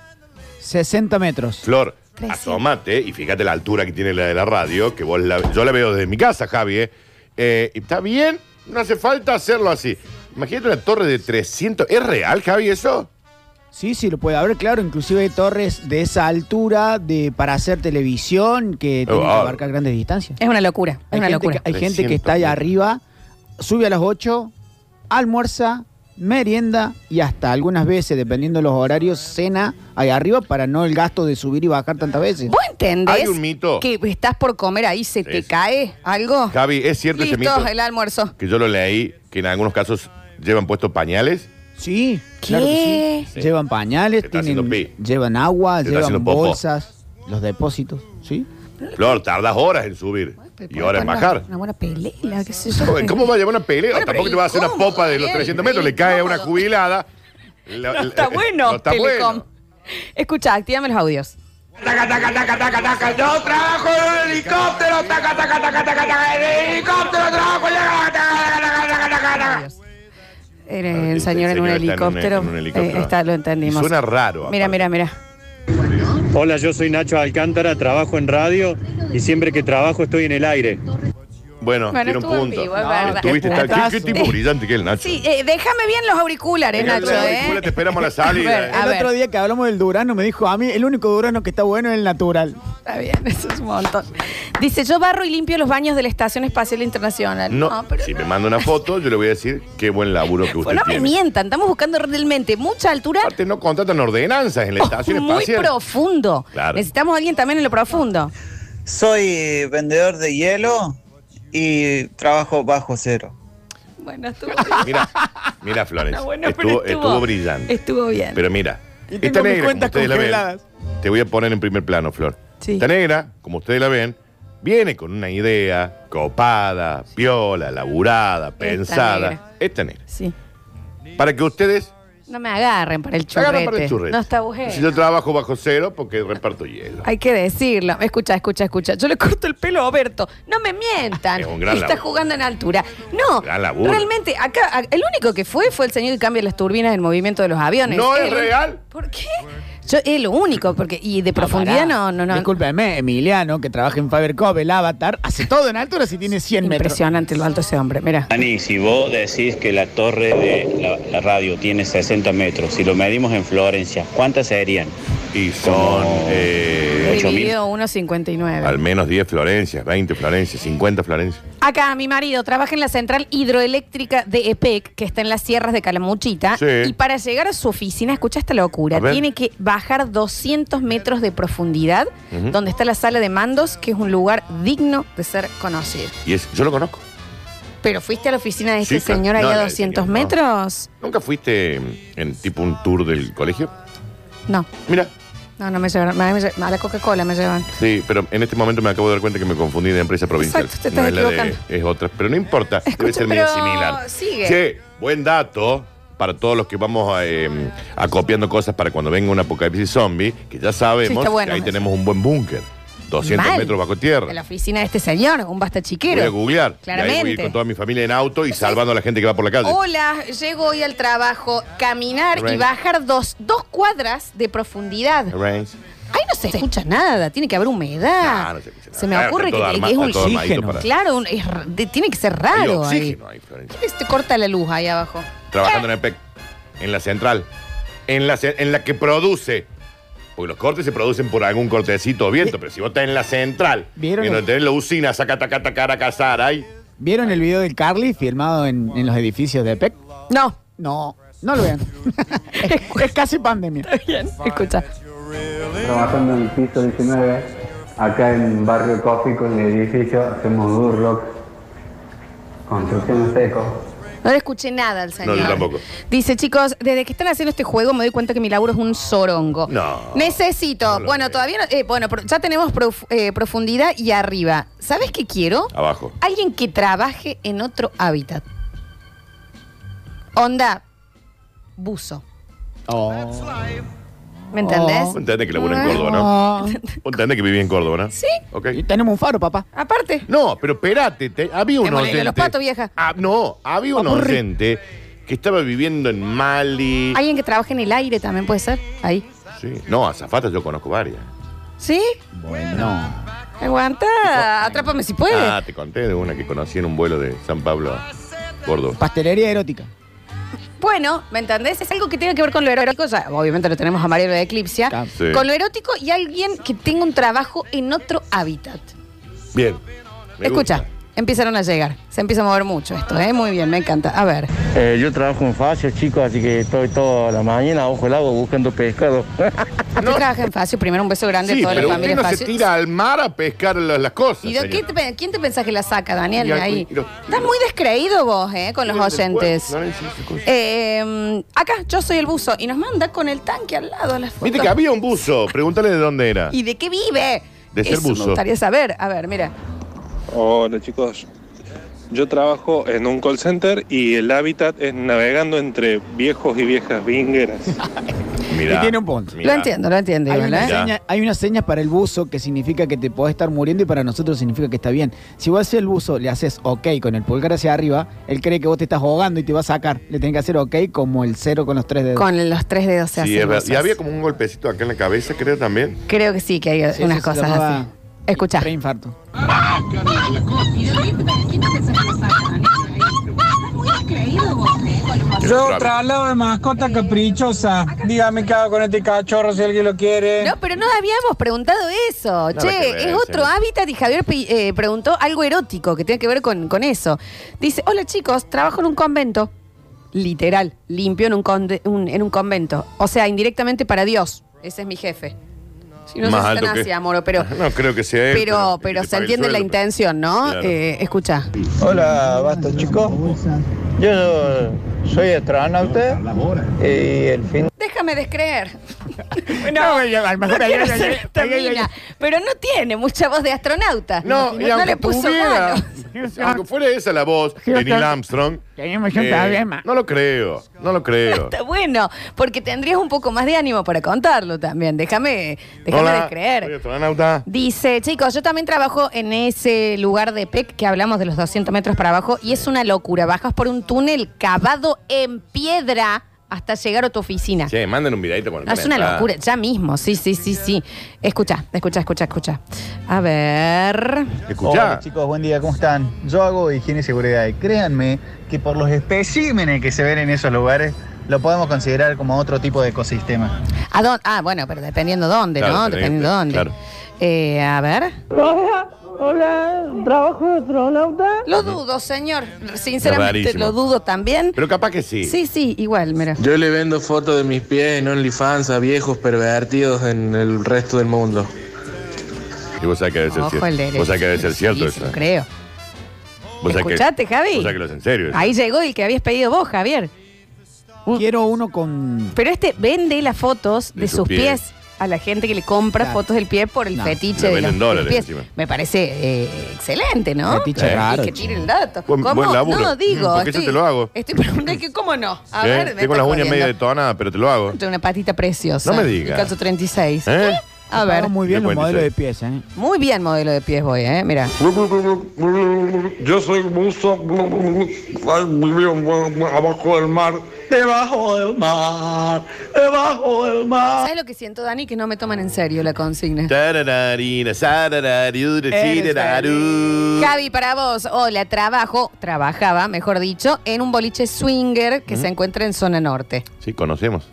[SPEAKER 3] 60 metros.
[SPEAKER 2] Flor,
[SPEAKER 1] 300.
[SPEAKER 2] asómate y fíjate la altura que tiene la de la radio, que vos la- yo la veo desde mi casa, Javi. ¿eh? Eh, y ¿Está bien? No hace falta hacerlo así. Imagínate una torre de 300. ¿Es real, Javi, eso?
[SPEAKER 3] Sí, sí, lo puede haber, claro. Inclusive hay torres de esa altura de, para hacer televisión que tienen que
[SPEAKER 2] ah.
[SPEAKER 3] abarcar grandes distancias.
[SPEAKER 1] Es una locura, es
[SPEAKER 3] Hay,
[SPEAKER 1] una
[SPEAKER 3] gente
[SPEAKER 1] locura.
[SPEAKER 3] que, hay gente
[SPEAKER 2] 300
[SPEAKER 3] que está allá
[SPEAKER 2] metros.
[SPEAKER 3] arriba, sube a las 8, almuerza, merienda y hasta algunas veces, dependiendo de los horarios, cena allá arriba para no el gasto de subir y bajar tantas veces.
[SPEAKER 1] ¿Vos entendés
[SPEAKER 2] Hay un mito.
[SPEAKER 1] que estás por comer ahí, se te
[SPEAKER 2] sí.
[SPEAKER 1] cae algo?
[SPEAKER 2] Javi, ¿es cierto ese
[SPEAKER 1] Oh. Listo,
[SPEAKER 2] mito?
[SPEAKER 1] el almuerzo.
[SPEAKER 2] Que yo lo leí, que en algunos casos llevan puestos pañales.
[SPEAKER 3] Sí,
[SPEAKER 1] ¿Qué?
[SPEAKER 3] claro que sí.
[SPEAKER 2] Sí.
[SPEAKER 3] Llevan pañales,
[SPEAKER 2] Se está
[SPEAKER 3] tienen-
[SPEAKER 2] haciendo pi.
[SPEAKER 3] llevan agua,
[SPEAKER 2] Se está haciendo
[SPEAKER 3] llevan
[SPEAKER 2] popó.
[SPEAKER 3] bolsas, los depósitos, ¿sí?
[SPEAKER 2] Flor, tardas horas en subir y horas en bajar.
[SPEAKER 1] Una buena pelela, qué sé yo.
[SPEAKER 2] Joder, ¿Cómo va a llevar una pelea?
[SPEAKER 1] Bueno,
[SPEAKER 2] Tampoco
[SPEAKER 1] pero
[SPEAKER 2] te va a hacer una
[SPEAKER 1] incómodo,
[SPEAKER 2] popa de los
[SPEAKER 1] Daniel,
[SPEAKER 2] 300 metros, le
[SPEAKER 1] pero
[SPEAKER 2] cae a una
[SPEAKER 1] incómodo.
[SPEAKER 2] jubilada.
[SPEAKER 1] No
[SPEAKER 2] La- la-
[SPEAKER 1] está bueno,
[SPEAKER 2] eh, No está
[SPEAKER 1] Telecom.
[SPEAKER 2] bueno.
[SPEAKER 1] Escucha, activame los audios.
[SPEAKER 5] Taca, taca, taca, taca, taca. Yo trabajo en un helicóptero. Taca, taca, taca, taca, taca. En helicóptero trabajo. Taca, taca, taca, taca, taca, taca.
[SPEAKER 1] Adiós. Era
[SPEAKER 2] Ah,
[SPEAKER 1] el
[SPEAKER 2] este
[SPEAKER 1] señor en un
[SPEAKER 2] señor está en un-
[SPEAKER 1] helicóptero.
[SPEAKER 2] en un helicóptero.
[SPEAKER 1] Eh, está, lo entendimos.
[SPEAKER 2] Y suena raro,
[SPEAKER 1] Mira,
[SPEAKER 2] aparte.
[SPEAKER 1] mira, mira.
[SPEAKER 6] Hola, yo soy Nacho Alcántara, trabajo en radio y siempre que trabajo estoy en el aire.
[SPEAKER 2] Bueno,
[SPEAKER 1] Bueno,
[SPEAKER 2] tiene un
[SPEAKER 1] estuvo en
[SPEAKER 2] punto.
[SPEAKER 1] vivo, es verdad.
[SPEAKER 2] Estuviste
[SPEAKER 3] Qué
[SPEAKER 2] tal- ¿Qué, qué
[SPEAKER 3] puntazo.
[SPEAKER 2] tipo brillante que es el Nacho.
[SPEAKER 1] Sí, eh, déjame bien los auriculares,
[SPEAKER 2] Déjame
[SPEAKER 1] Nacho,
[SPEAKER 2] los
[SPEAKER 1] ¿eh?
[SPEAKER 2] auriculares, te esperamos a la salida,
[SPEAKER 1] A ver,
[SPEAKER 2] eh.
[SPEAKER 1] a
[SPEAKER 3] El
[SPEAKER 1] ver.
[SPEAKER 3] otro día que hablamos del Durano me dijo a mí, el único Durano que está bueno es el natural.
[SPEAKER 1] Está bien, eso es un montón. Dice, yo barro y limpio los baños de la Estación Espacial Internacional.
[SPEAKER 2] No, si me manda una foto, yo le voy a decir qué buen laburo que usted
[SPEAKER 1] Bueno, no me
[SPEAKER 2] tiene.
[SPEAKER 1] mientan, estamos buscando realmente mucha altura.
[SPEAKER 2] Aparte, no contratan ordenanzas en la estación
[SPEAKER 1] Oh, Muy
[SPEAKER 2] espacial.
[SPEAKER 1] profundo.
[SPEAKER 2] Claro.
[SPEAKER 1] Necesitamos a alguien también en lo profundo.
[SPEAKER 7] Soy eh, vendedor de hielo y trabajo bajo cero.
[SPEAKER 1] Bueno, estuvo
[SPEAKER 2] Mira, mira, Flores.
[SPEAKER 1] No, bueno, pero
[SPEAKER 2] estuvo,
[SPEAKER 1] estuvo-
[SPEAKER 2] estuvo brillante.
[SPEAKER 1] Estuvo bien.
[SPEAKER 2] Pero mira,
[SPEAKER 3] Y
[SPEAKER 2] está
[SPEAKER 3] tengo mis
[SPEAKER 2] negra, como
[SPEAKER 3] cuentas
[SPEAKER 2] ustedes la ven,
[SPEAKER 3] congeladas.
[SPEAKER 2] te voy a poner en primer plano, Flor.
[SPEAKER 1] Sí.
[SPEAKER 2] Está negra, como ustedes la ven, viene con una idea copada, piola, laburada, pensada.
[SPEAKER 1] negra.
[SPEAKER 2] Está negra.
[SPEAKER 1] Sí.
[SPEAKER 2] Para que ustedes
[SPEAKER 1] No me agarren para el
[SPEAKER 2] se
[SPEAKER 1] churrete.
[SPEAKER 2] agarren para el churrete.
[SPEAKER 1] No está bueno.
[SPEAKER 2] Si yo trabajo bajo cero porque reparto hielo.
[SPEAKER 1] Hay que decirlo. Escucha, escucha, escucha. Yo le corto el pelo a Oberto. No me mientan.
[SPEAKER 2] Es un gran
[SPEAKER 1] Está
[SPEAKER 2] laburo.
[SPEAKER 1] jugando en altura. No.
[SPEAKER 2] Gran laburo.
[SPEAKER 1] Realmente, acá, a- el único que fue fue el señor que cambia las turbinas del movimiento de los aviones.
[SPEAKER 2] ¿No
[SPEAKER 1] Él-
[SPEAKER 2] es real? Ah,
[SPEAKER 1] ¿Por qué? Yo, es lo único, porque, y de profundidad no, no, no.
[SPEAKER 3] Ah, Discúlpeme, Emiliano, que trabaja en Faber-Cop, el Avatar, hace todo en altura si tiene 100 metros.
[SPEAKER 1] Impresionante lo alto ese hombre, mira.
[SPEAKER 8] Ani, si vos decís que la torre de la, la radio tiene 60 metros, si lo medimos en Florencia, ¿cuántas serían?
[SPEAKER 2] Y son eh,
[SPEAKER 8] Ocho mil.
[SPEAKER 1] Dividido 1.59.
[SPEAKER 2] al menos 10 Florencias, 20 Florencias, 50 Florencias.
[SPEAKER 1] Acá mi marido trabaja en la central hidroeléctrica de E EPEC, que está en las sierras de Calamuchita.
[SPEAKER 2] Sí.
[SPEAKER 1] Y para llegar a su oficina, escucha esta locura,
[SPEAKER 2] A ver.
[SPEAKER 1] tiene que bajar 200 metros de profundidad, donde está la sala de mandos, que es un lugar digno de ser conocido.
[SPEAKER 2] Y es, yo lo conozco.
[SPEAKER 1] Pero fuiste a la oficina de este
[SPEAKER 2] Sí, claro.
[SPEAKER 1] señor
[SPEAKER 2] No,
[SPEAKER 1] allá
[SPEAKER 2] no,
[SPEAKER 1] a
[SPEAKER 2] el
[SPEAKER 1] 200
[SPEAKER 2] señor, no.
[SPEAKER 1] metros.
[SPEAKER 2] ¿Nunca fuiste mm, en tipo un tour del colegio?
[SPEAKER 1] No,
[SPEAKER 2] Mira,
[SPEAKER 1] no, no me llevaron. me- me lle- a la Coca-Cola me llevan.
[SPEAKER 2] Sí, pero en este momento me acabo de dar cuenta que me confundí de empresa provincial.
[SPEAKER 1] Exacto, te estás
[SPEAKER 2] es la de,
[SPEAKER 1] equivocando.
[SPEAKER 2] es otra, pero no importa, debe ser medio
[SPEAKER 1] pero
[SPEAKER 2] similar.
[SPEAKER 1] sigue.
[SPEAKER 2] Che, buen dato para todos los que vamos eh, acopiando cosas para cuando venga un apocalipsis zombie, que ya
[SPEAKER 1] Sí,
[SPEAKER 2] sabemos
[SPEAKER 1] está bueno
[SPEAKER 2] que ahí
[SPEAKER 1] eso.
[SPEAKER 2] tenemos un buen búnker, 200
[SPEAKER 1] Mal.
[SPEAKER 2] metros bajo
[SPEAKER 1] A la
[SPEAKER 2] tierra.
[SPEAKER 1] oficina de este señor, un basta
[SPEAKER 2] Voy
[SPEAKER 1] chiquero.
[SPEAKER 2] a googlear. Y ahí voy a ir
[SPEAKER 1] Claramente.
[SPEAKER 2] con toda mi familia en auto y salvando a la gente que va por la calle.
[SPEAKER 1] Hola, llego hoy al trabajo, caminar y
[SPEAKER 2] Right.
[SPEAKER 1] bajar dos, dos cuadras de profundidad.
[SPEAKER 2] Arrange. Ah,
[SPEAKER 1] Ahí no se escucha nada, tiene que haber humedad.
[SPEAKER 2] No, no se escucha nada.
[SPEAKER 1] Ah. me
[SPEAKER 2] Claro,
[SPEAKER 1] ocurre que,
[SPEAKER 2] está todo arma-
[SPEAKER 1] que es
[SPEAKER 2] está
[SPEAKER 1] un
[SPEAKER 2] todo armadito
[SPEAKER 1] oxígeno.
[SPEAKER 2] para-
[SPEAKER 1] Claro, un- es r- de- tiene que ser
[SPEAKER 2] Hay
[SPEAKER 1] raro. ahí.
[SPEAKER 2] oxígeno ahí, Florencia.
[SPEAKER 1] Se corta la luz ahí abajo.
[SPEAKER 2] Trabajando en el PEC, en la central, en la, ce- en la que produce. Porque los cortes se producen por algún cortecito o viento, pero si vos estás en la central,
[SPEAKER 3] ¿Vieron
[SPEAKER 2] en
[SPEAKER 3] el-
[SPEAKER 2] donde tenés la usina, saca, taca, taca, taca, zara, ahí.
[SPEAKER 3] ¿Vieron el video del Carly filmado en, en los edificios de PEC?
[SPEAKER 1] No,
[SPEAKER 3] No, no lo vean. es, es casi pandemia.
[SPEAKER 1] bien, escucha.
[SPEAKER 9] trabajando en el piso 19, acá en Barrio Cófico, en el edificio, hacemos Durlock, construcción seco,
[SPEAKER 1] No le escuché nada al señor.
[SPEAKER 2] No, yo tampoco.
[SPEAKER 1] Dice, chicos, desde que están haciendo este juego me doy cuenta que mi laburo es un sorongo.
[SPEAKER 2] No.
[SPEAKER 1] Necesito.
[SPEAKER 2] No lo
[SPEAKER 1] bueno,
[SPEAKER 2] creo.
[SPEAKER 1] todavía no. eh, bueno, pro- ya tenemos prof- eh, profundidad y arriba. ¿Sabes qué quiero?
[SPEAKER 2] Abajo.
[SPEAKER 1] Alguien que trabaje en otro hábitat. Onda, buzo.
[SPEAKER 3] Oh.
[SPEAKER 1] ¿Me entendés?
[SPEAKER 2] Vos entendés que labura en Córdoba,
[SPEAKER 3] Ah.
[SPEAKER 2] ¿no? Vos entendés que viví en Córdoba, ¿no?
[SPEAKER 1] Sí.
[SPEAKER 2] Ok.
[SPEAKER 3] Y tenemos un faro, papá.
[SPEAKER 1] Aparte.
[SPEAKER 2] No, pero espérate, te- había un
[SPEAKER 1] Te molé,
[SPEAKER 2] oyente.
[SPEAKER 1] los patos, vieja.
[SPEAKER 2] Ah, no, había un
[SPEAKER 3] Aburri.
[SPEAKER 2] oyente que estaba viviendo en Mali.
[SPEAKER 1] Alguien que trabaje en el aire también puede ser. Ahí.
[SPEAKER 2] Sí. No, azafatas yo conozco varias.
[SPEAKER 1] ¿Sí?
[SPEAKER 3] Bueno.
[SPEAKER 1] Aguanta. Atrápame si puedes.
[SPEAKER 2] Ah, te conté de una que conocí en un vuelo de San Pablo a Córdoba.
[SPEAKER 3] Pastelería erótica.
[SPEAKER 1] Bueno, ¿me entendés? Es algo que tiene que ver con lo erótico. Ya, obviamente lo tenemos a Mario de Eclipsia.
[SPEAKER 3] Claro.
[SPEAKER 2] Ah, Sí.
[SPEAKER 1] Con lo erótico y alguien que tenga un trabajo en otro hábitat.
[SPEAKER 2] Bien. me
[SPEAKER 1] Escucha,
[SPEAKER 2] gusta.
[SPEAKER 1] empezaron a llegar. Se empieza a mover mucho esto, ¿eh? Muy bien, me encanta. A ver.
[SPEAKER 6] Eh, yo trabajo en Facio, chicos, así que estoy toda la mañana bajo el agua buscando pescado.
[SPEAKER 1] Usted trabaja en Facio. Primero un beso grande
[SPEAKER 2] Sí,
[SPEAKER 1] a toda la
[SPEAKER 2] pero usted
[SPEAKER 1] familia
[SPEAKER 2] no se
[SPEAKER 1] Facio.
[SPEAKER 2] tira al mar a pescar las, las cosas.
[SPEAKER 1] ¿Y de
[SPEAKER 2] señor.
[SPEAKER 1] qué te pe- quién te pensás que la saca, Daniel?
[SPEAKER 2] Y al-
[SPEAKER 1] ahí?
[SPEAKER 2] y los-
[SPEAKER 1] Estás muy descreído vos, ¿eh? Con los
[SPEAKER 2] Miren el
[SPEAKER 1] oyentes.
[SPEAKER 2] cuerpo, no le hiciste cosas.
[SPEAKER 1] Eh, acá, yo soy el buzo. Y nos manda con el tanque al lado las
[SPEAKER 2] Viste
[SPEAKER 1] fotos.
[SPEAKER 2] que había un buzo, pregúntale de dónde era.
[SPEAKER 1] ¿Y de qué vive?
[SPEAKER 2] De ser
[SPEAKER 1] Eso
[SPEAKER 2] buzo. Ah,
[SPEAKER 1] Me gustaría saber. A ver, mira.
[SPEAKER 6] Hola chicos, yo trabajo en un call center y el hábitat es navegando entre viejos y viejas vingueras.
[SPEAKER 2] Mirá,
[SPEAKER 3] Y tiene un punto.
[SPEAKER 2] mirá.
[SPEAKER 1] Lo entiendo, lo entiendo.
[SPEAKER 3] Hay
[SPEAKER 1] igual,
[SPEAKER 3] una,
[SPEAKER 1] ¿eh?
[SPEAKER 2] Ya.
[SPEAKER 3] seña, hay una seña para el buzo que significa que te podés estar muriendo y para nosotros significa que está bien. Si vos haces el buzo, le haces ok con el pulgar hacia arriba, él cree que vos te estás ahogando y te va a sacar. Le tenés que hacer ok como el cero con los tres dedos.
[SPEAKER 1] Con los tres dedos se
[SPEAKER 2] Sí,
[SPEAKER 1] hacen
[SPEAKER 2] es verdad.
[SPEAKER 1] cosas.
[SPEAKER 2] Y había como un golpecito acá en la cabeza, creo también.
[SPEAKER 1] Creo que sí, que hay
[SPEAKER 3] Sí,
[SPEAKER 1] unas
[SPEAKER 3] eso se
[SPEAKER 1] cosas
[SPEAKER 3] llamaba
[SPEAKER 1] así. Escucha.
[SPEAKER 3] Preinfarto.
[SPEAKER 2] Yo
[SPEAKER 7] traslado de mascota caprichosa. Dígame qué hago con este cachorro si alguien lo quiere.
[SPEAKER 1] No, pero no habíamos preguntado eso.
[SPEAKER 2] Nada
[SPEAKER 1] che,
[SPEAKER 2] que ver,
[SPEAKER 1] es otro
[SPEAKER 2] señor.
[SPEAKER 1] hábitat y Javier pi- eh, preguntó algo erótico que tiene que ver con, con eso. Dice, hola chicos, trabajo en un convento. Literal, limpio en un, conde- un- en un convento. O sea, indirectamente para Dios. Ese es mi jefe. Si no
[SPEAKER 2] Más
[SPEAKER 1] se
[SPEAKER 2] alto
[SPEAKER 1] están
[SPEAKER 2] que-
[SPEAKER 1] así, amor, pero...
[SPEAKER 2] No creo que sea él,
[SPEAKER 1] Pero, pero
[SPEAKER 2] que te
[SPEAKER 1] se
[SPEAKER 2] pague el
[SPEAKER 1] entiende la
[SPEAKER 2] sueldo, pero-
[SPEAKER 1] intención, ¿no?
[SPEAKER 2] Claro.
[SPEAKER 1] Eh, escucha.
[SPEAKER 7] Hola, basta chicos. Yo soy astronauta y el fin
[SPEAKER 1] Déjame descreer.
[SPEAKER 3] No, a lo mejor ahí-
[SPEAKER 1] Quiero
[SPEAKER 3] ahí-
[SPEAKER 1] ser
[SPEAKER 3] ahí-
[SPEAKER 1] esta
[SPEAKER 3] ahí- ahí-
[SPEAKER 1] mina. Pero no tiene mucha voz de astronauta.
[SPEAKER 2] No, y aunque
[SPEAKER 1] le puso
[SPEAKER 2] tuviera,
[SPEAKER 1] mano.
[SPEAKER 2] aunque fuera esa la voz de Neil Armstrong, eh,
[SPEAKER 3] Tenemos un problema.
[SPEAKER 2] no lo creo, no lo creo.
[SPEAKER 1] Está bueno, porque tendrías un poco más de ánimo para contarlo también. Déjame, déjame
[SPEAKER 2] Hola,
[SPEAKER 1] de
[SPEAKER 2] soy
[SPEAKER 1] creer.
[SPEAKER 2] astronauta.
[SPEAKER 1] Dice, chicos, yo también trabajo en ese lugar de PEC que hablamos de los 200 metros para abajo y es una locura. Bajas por un túnel cavado en piedra hasta llegar a tu oficina.
[SPEAKER 2] Che, manden un videito con
[SPEAKER 1] No, Ah, es una locura, ya mismo. Sí, sí, sí, sí. Escucha, escucha, escucha, escucha. A ver.
[SPEAKER 2] Escuchá.
[SPEAKER 7] chicos, buen día, ¿cómo están? Yo hago higiene y seguridad y créanme que por los especímenes que se ven en esos lugares lo podemos considerar como otro tipo de ecosistema.
[SPEAKER 1] ¿A dónde? Ah, bueno, pero dependiendo dónde,
[SPEAKER 2] Claro,
[SPEAKER 1] ¿no?
[SPEAKER 2] tenés que-
[SPEAKER 1] Dependiendo dónde.
[SPEAKER 2] claro.
[SPEAKER 1] Eh, a ver.
[SPEAKER 10] Hola, hola, trabajo de astronauta.
[SPEAKER 1] Lo dudo, señor. Sinceramente,
[SPEAKER 2] Rarísimo.
[SPEAKER 1] lo dudo también.
[SPEAKER 2] Pero capaz que sí.
[SPEAKER 1] Sí, sí, igual, mira.
[SPEAKER 10] Yo le vendo fotos de mis pies en OnlyFans a viejos pervertidos en el resto del mundo.
[SPEAKER 2] Y vos sabés que debe ser
[SPEAKER 1] Ojo el
[SPEAKER 2] cierto.
[SPEAKER 1] derecho.
[SPEAKER 2] Vos sabés que debe ser
[SPEAKER 1] Sí,
[SPEAKER 2] cierto
[SPEAKER 1] se
[SPEAKER 2] eso.
[SPEAKER 1] lo creo.
[SPEAKER 2] Vos sabés que-
[SPEAKER 1] Escuchate, Javi.
[SPEAKER 2] Vos sabés que lo es en serio. eso.
[SPEAKER 1] Ahí llegó el que habías pedido vos, Javier.
[SPEAKER 3] Uh, Quiero uno con.
[SPEAKER 1] Pero este vende las fotos de,
[SPEAKER 2] De sus
[SPEAKER 1] sus pies.
[SPEAKER 2] pies.
[SPEAKER 1] a la gente que le compra
[SPEAKER 3] Claro.
[SPEAKER 1] fotos del pie por el
[SPEAKER 3] No.
[SPEAKER 1] fetiche
[SPEAKER 2] Lo
[SPEAKER 1] de, las-
[SPEAKER 2] venden
[SPEAKER 1] de los
[SPEAKER 2] dólares
[SPEAKER 1] pies.
[SPEAKER 2] encima.
[SPEAKER 1] Me parece eh, excelente, ¿no?
[SPEAKER 3] Fetiche
[SPEAKER 1] Y
[SPEAKER 3] raro,
[SPEAKER 1] que tire el dato.
[SPEAKER 2] Buen-
[SPEAKER 1] ¿Cómo?
[SPEAKER 2] buen laburo.
[SPEAKER 1] No, digo.
[SPEAKER 2] Mm, porque yo te lo hago.
[SPEAKER 1] Estoy preguntando que cómo no. A
[SPEAKER 2] ¿Eh?
[SPEAKER 1] ver, me
[SPEAKER 2] Tengo
[SPEAKER 1] estás
[SPEAKER 2] las uñas
[SPEAKER 1] jodiendo.
[SPEAKER 2] medio detonadas, pero te lo hago.
[SPEAKER 1] Tengo una patita preciosa.
[SPEAKER 2] No me
[SPEAKER 1] Y
[SPEAKER 2] digas.
[SPEAKER 1] calzo 36.
[SPEAKER 2] ¿Eh?
[SPEAKER 1] ¿Eh? A ver.
[SPEAKER 3] Estaba muy bien los
[SPEAKER 2] 56.
[SPEAKER 3] modelos de pies, ¿eh?
[SPEAKER 1] Muy bien modelo de pies voy, ¿eh? Mira.
[SPEAKER 10] Yo soy buzo, abajo del mar, debajo del mar, debajo del mar.
[SPEAKER 2] Ah.
[SPEAKER 1] ¿Sabes lo que siento, Dani? Que no me toman en serio la consigna.
[SPEAKER 2] Tarararina, sararariure, chirararú.
[SPEAKER 1] Javi, para vos, hola, trabajo, trabajaba, mejor dicho, en un boliche swinger que se encuentra en zona norte.
[SPEAKER 2] Sí, conocemos.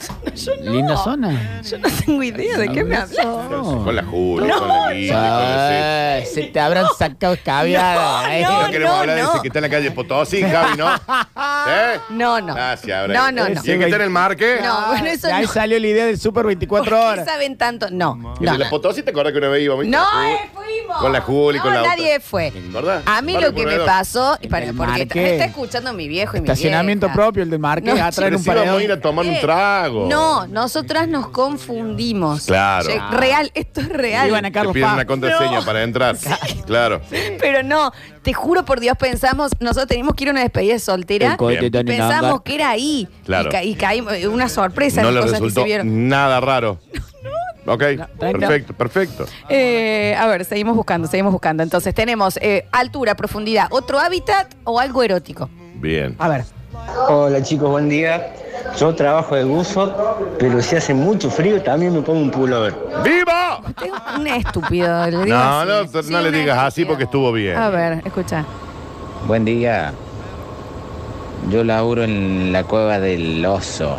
[SPEAKER 3] Linda zona.
[SPEAKER 1] Yo no tengo idea de qué me hablas.
[SPEAKER 3] No.
[SPEAKER 2] Con la Julia, con la Guille,
[SPEAKER 3] Ah, se te habrán sacado
[SPEAKER 1] No,
[SPEAKER 3] caviar.
[SPEAKER 2] con
[SPEAKER 1] no,
[SPEAKER 2] la C. No queremos hablar de
[SPEAKER 1] no.
[SPEAKER 2] ese que está en la calle Potosí, Javi, ¿no? ¿Eh?
[SPEAKER 1] No, no.
[SPEAKER 2] Gracias, ¿Eh?
[SPEAKER 1] No, No, no, no.
[SPEAKER 2] Y el que está en el marque.
[SPEAKER 1] No, bueno, eso
[SPEAKER 3] Y ahí
[SPEAKER 1] no.
[SPEAKER 3] Ah, salió la idea del Super 24
[SPEAKER 1] ¿Por qué
[SPEAKER 3] horas.
[SPEAKER 1] saben tanto? No, no.
[SPEAKER 2] El de la
[SPEAKER 1] No,
[SPEAKER 2] Potosí, ¿te acordás que una vez íbamos?
[SPEAKER 1] No, eh, fuimos.
[SPEAKER 2] Con la Juli,
[SPEAKER 1] no,
[SPEAKER 2] con la otra.
[SPEAKER 1] nadie fue.
[SPEAKER 2] ¿Verdad?
[SPEAKER 1] A mí
[SPEAKER 2] Barrio
[SPEAKER 1] lo que me
[SPEAKER 2] Purgador.
[SPEAKER 1] pasó, y para,
[SPEAKER 3] el
[SPEAKER 1] porque
[SPEAKER 3] Marqués.
[SPEAKER 1] me está escuchando mi viejo y mi
[SPEAKER 3] Estacionamiento
[SPEAKER 1] vieja.
[SPEAKER 3] propio, el del Marqués,
[SPEAKER 1] No,
[SPEAKER 3] atrás en
[SPEAKER 2] Pero
[SPEAKER 3] un
[SPEAKER 2] sí vamos a ir
[SPEAKER 3] paredón.
[SPEAKER 2] a tomar un
[SPEAKER 1] Eh,
[SPEAKER 2] trago.
[SPEAKER 1] No, nosotras nos confundimos.
[SPEAKER 2] Claro.
[SPEAKER 1] Che, Real, esto es real.
[SPEAKER 3] Iban a
[SPEAKER 2] Te
[SPEAKER 3] Carlos
[SPEAKER 2] piden
[SPEAKER 3] Paz.
[SPEAKER 2] una contraseña
[SPEAKER 1] No.
[SPEAKER 2] para entrar. Claro.
[SPEAKER 1] Pero no, te juro por Dios, pensamos, nosotros teníamos que ir a una despedida de soltera.
[SPEAKER 2] Bien.
[SPEAKER 1] y Pensamos que era ahí.
[SPEAKER 2] Claro.
[SPEAKER 1] Y, ca- y caímos, eh, una sorpresa
[SPEAKER 2] No
[SPEAKER 1] las cosas
[SPEAKER 2] le
[SPEAKER 1] que se
[SPEAKER 2] resultó
[SPEAKER 1] vieron.
[SPEAKER 2] nada raro. Ok,
[SPEAKER 3] tranquila.
[SPEAKER 2] perfecto, perfecto.
[SPEAKER 1] Eh, a ver, seguimos buscando, seguimos buscando. Entonces tenemos eh, altura, profundidad, otro hábitat o algo erótico.
[SPEAKER 2] Bien.
[SPEAKER 3] A ver,
[SPEAKER 11] Hola chicos, buen día. Yo trabajo de buzo, pero si hace mucho frío también me pongo un pullover.
[SPEAKER 2] ¡Viva!
[SPEAKER 1] Tengo un estúpido. Le digo
[SPEAKER 2] No,
[SPEAKER 1] así.
[SPEAKER 2] no, no
[SPEAKER 1] Sí,
[SPEAKER 2] le
[SPEAKER 1] una
[SPEAKER 2] digas así
[SPEAKER 1] estúpida.
[SPEAKER 2] porque estuvo bien.
[SPEAKER 1] A ver, escucha.
[SPEAKER 12] Buen día. Yo laburo en la cueva del oso.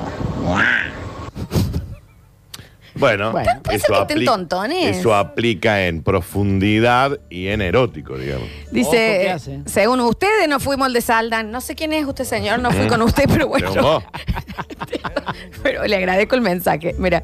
[SPEAKER 2] Bueno,
[SPEAKER 3] Bueno.
[SPEAKER 1] pasa que estén
[SPEAKER 2] apli-
[SPEAKER 1] tontones?
[SPEAKER 2] eso aplica en profundidad y en erótico, digamos.
[SPEAKER 1] Dice,
[SPEAKER 3] Ojo, ¿qué hace?
[SPEAKER 1] según ustedes no fuimos al de Saldan. No sé quién es usted, señor. No fui con usted, pero
[SPEAKER 2] Según
[SPEAKER 1] bueno.
[SPEAKER 2] vos.
[SPEAKER 1] pero le agradezco el mensaje. Mira,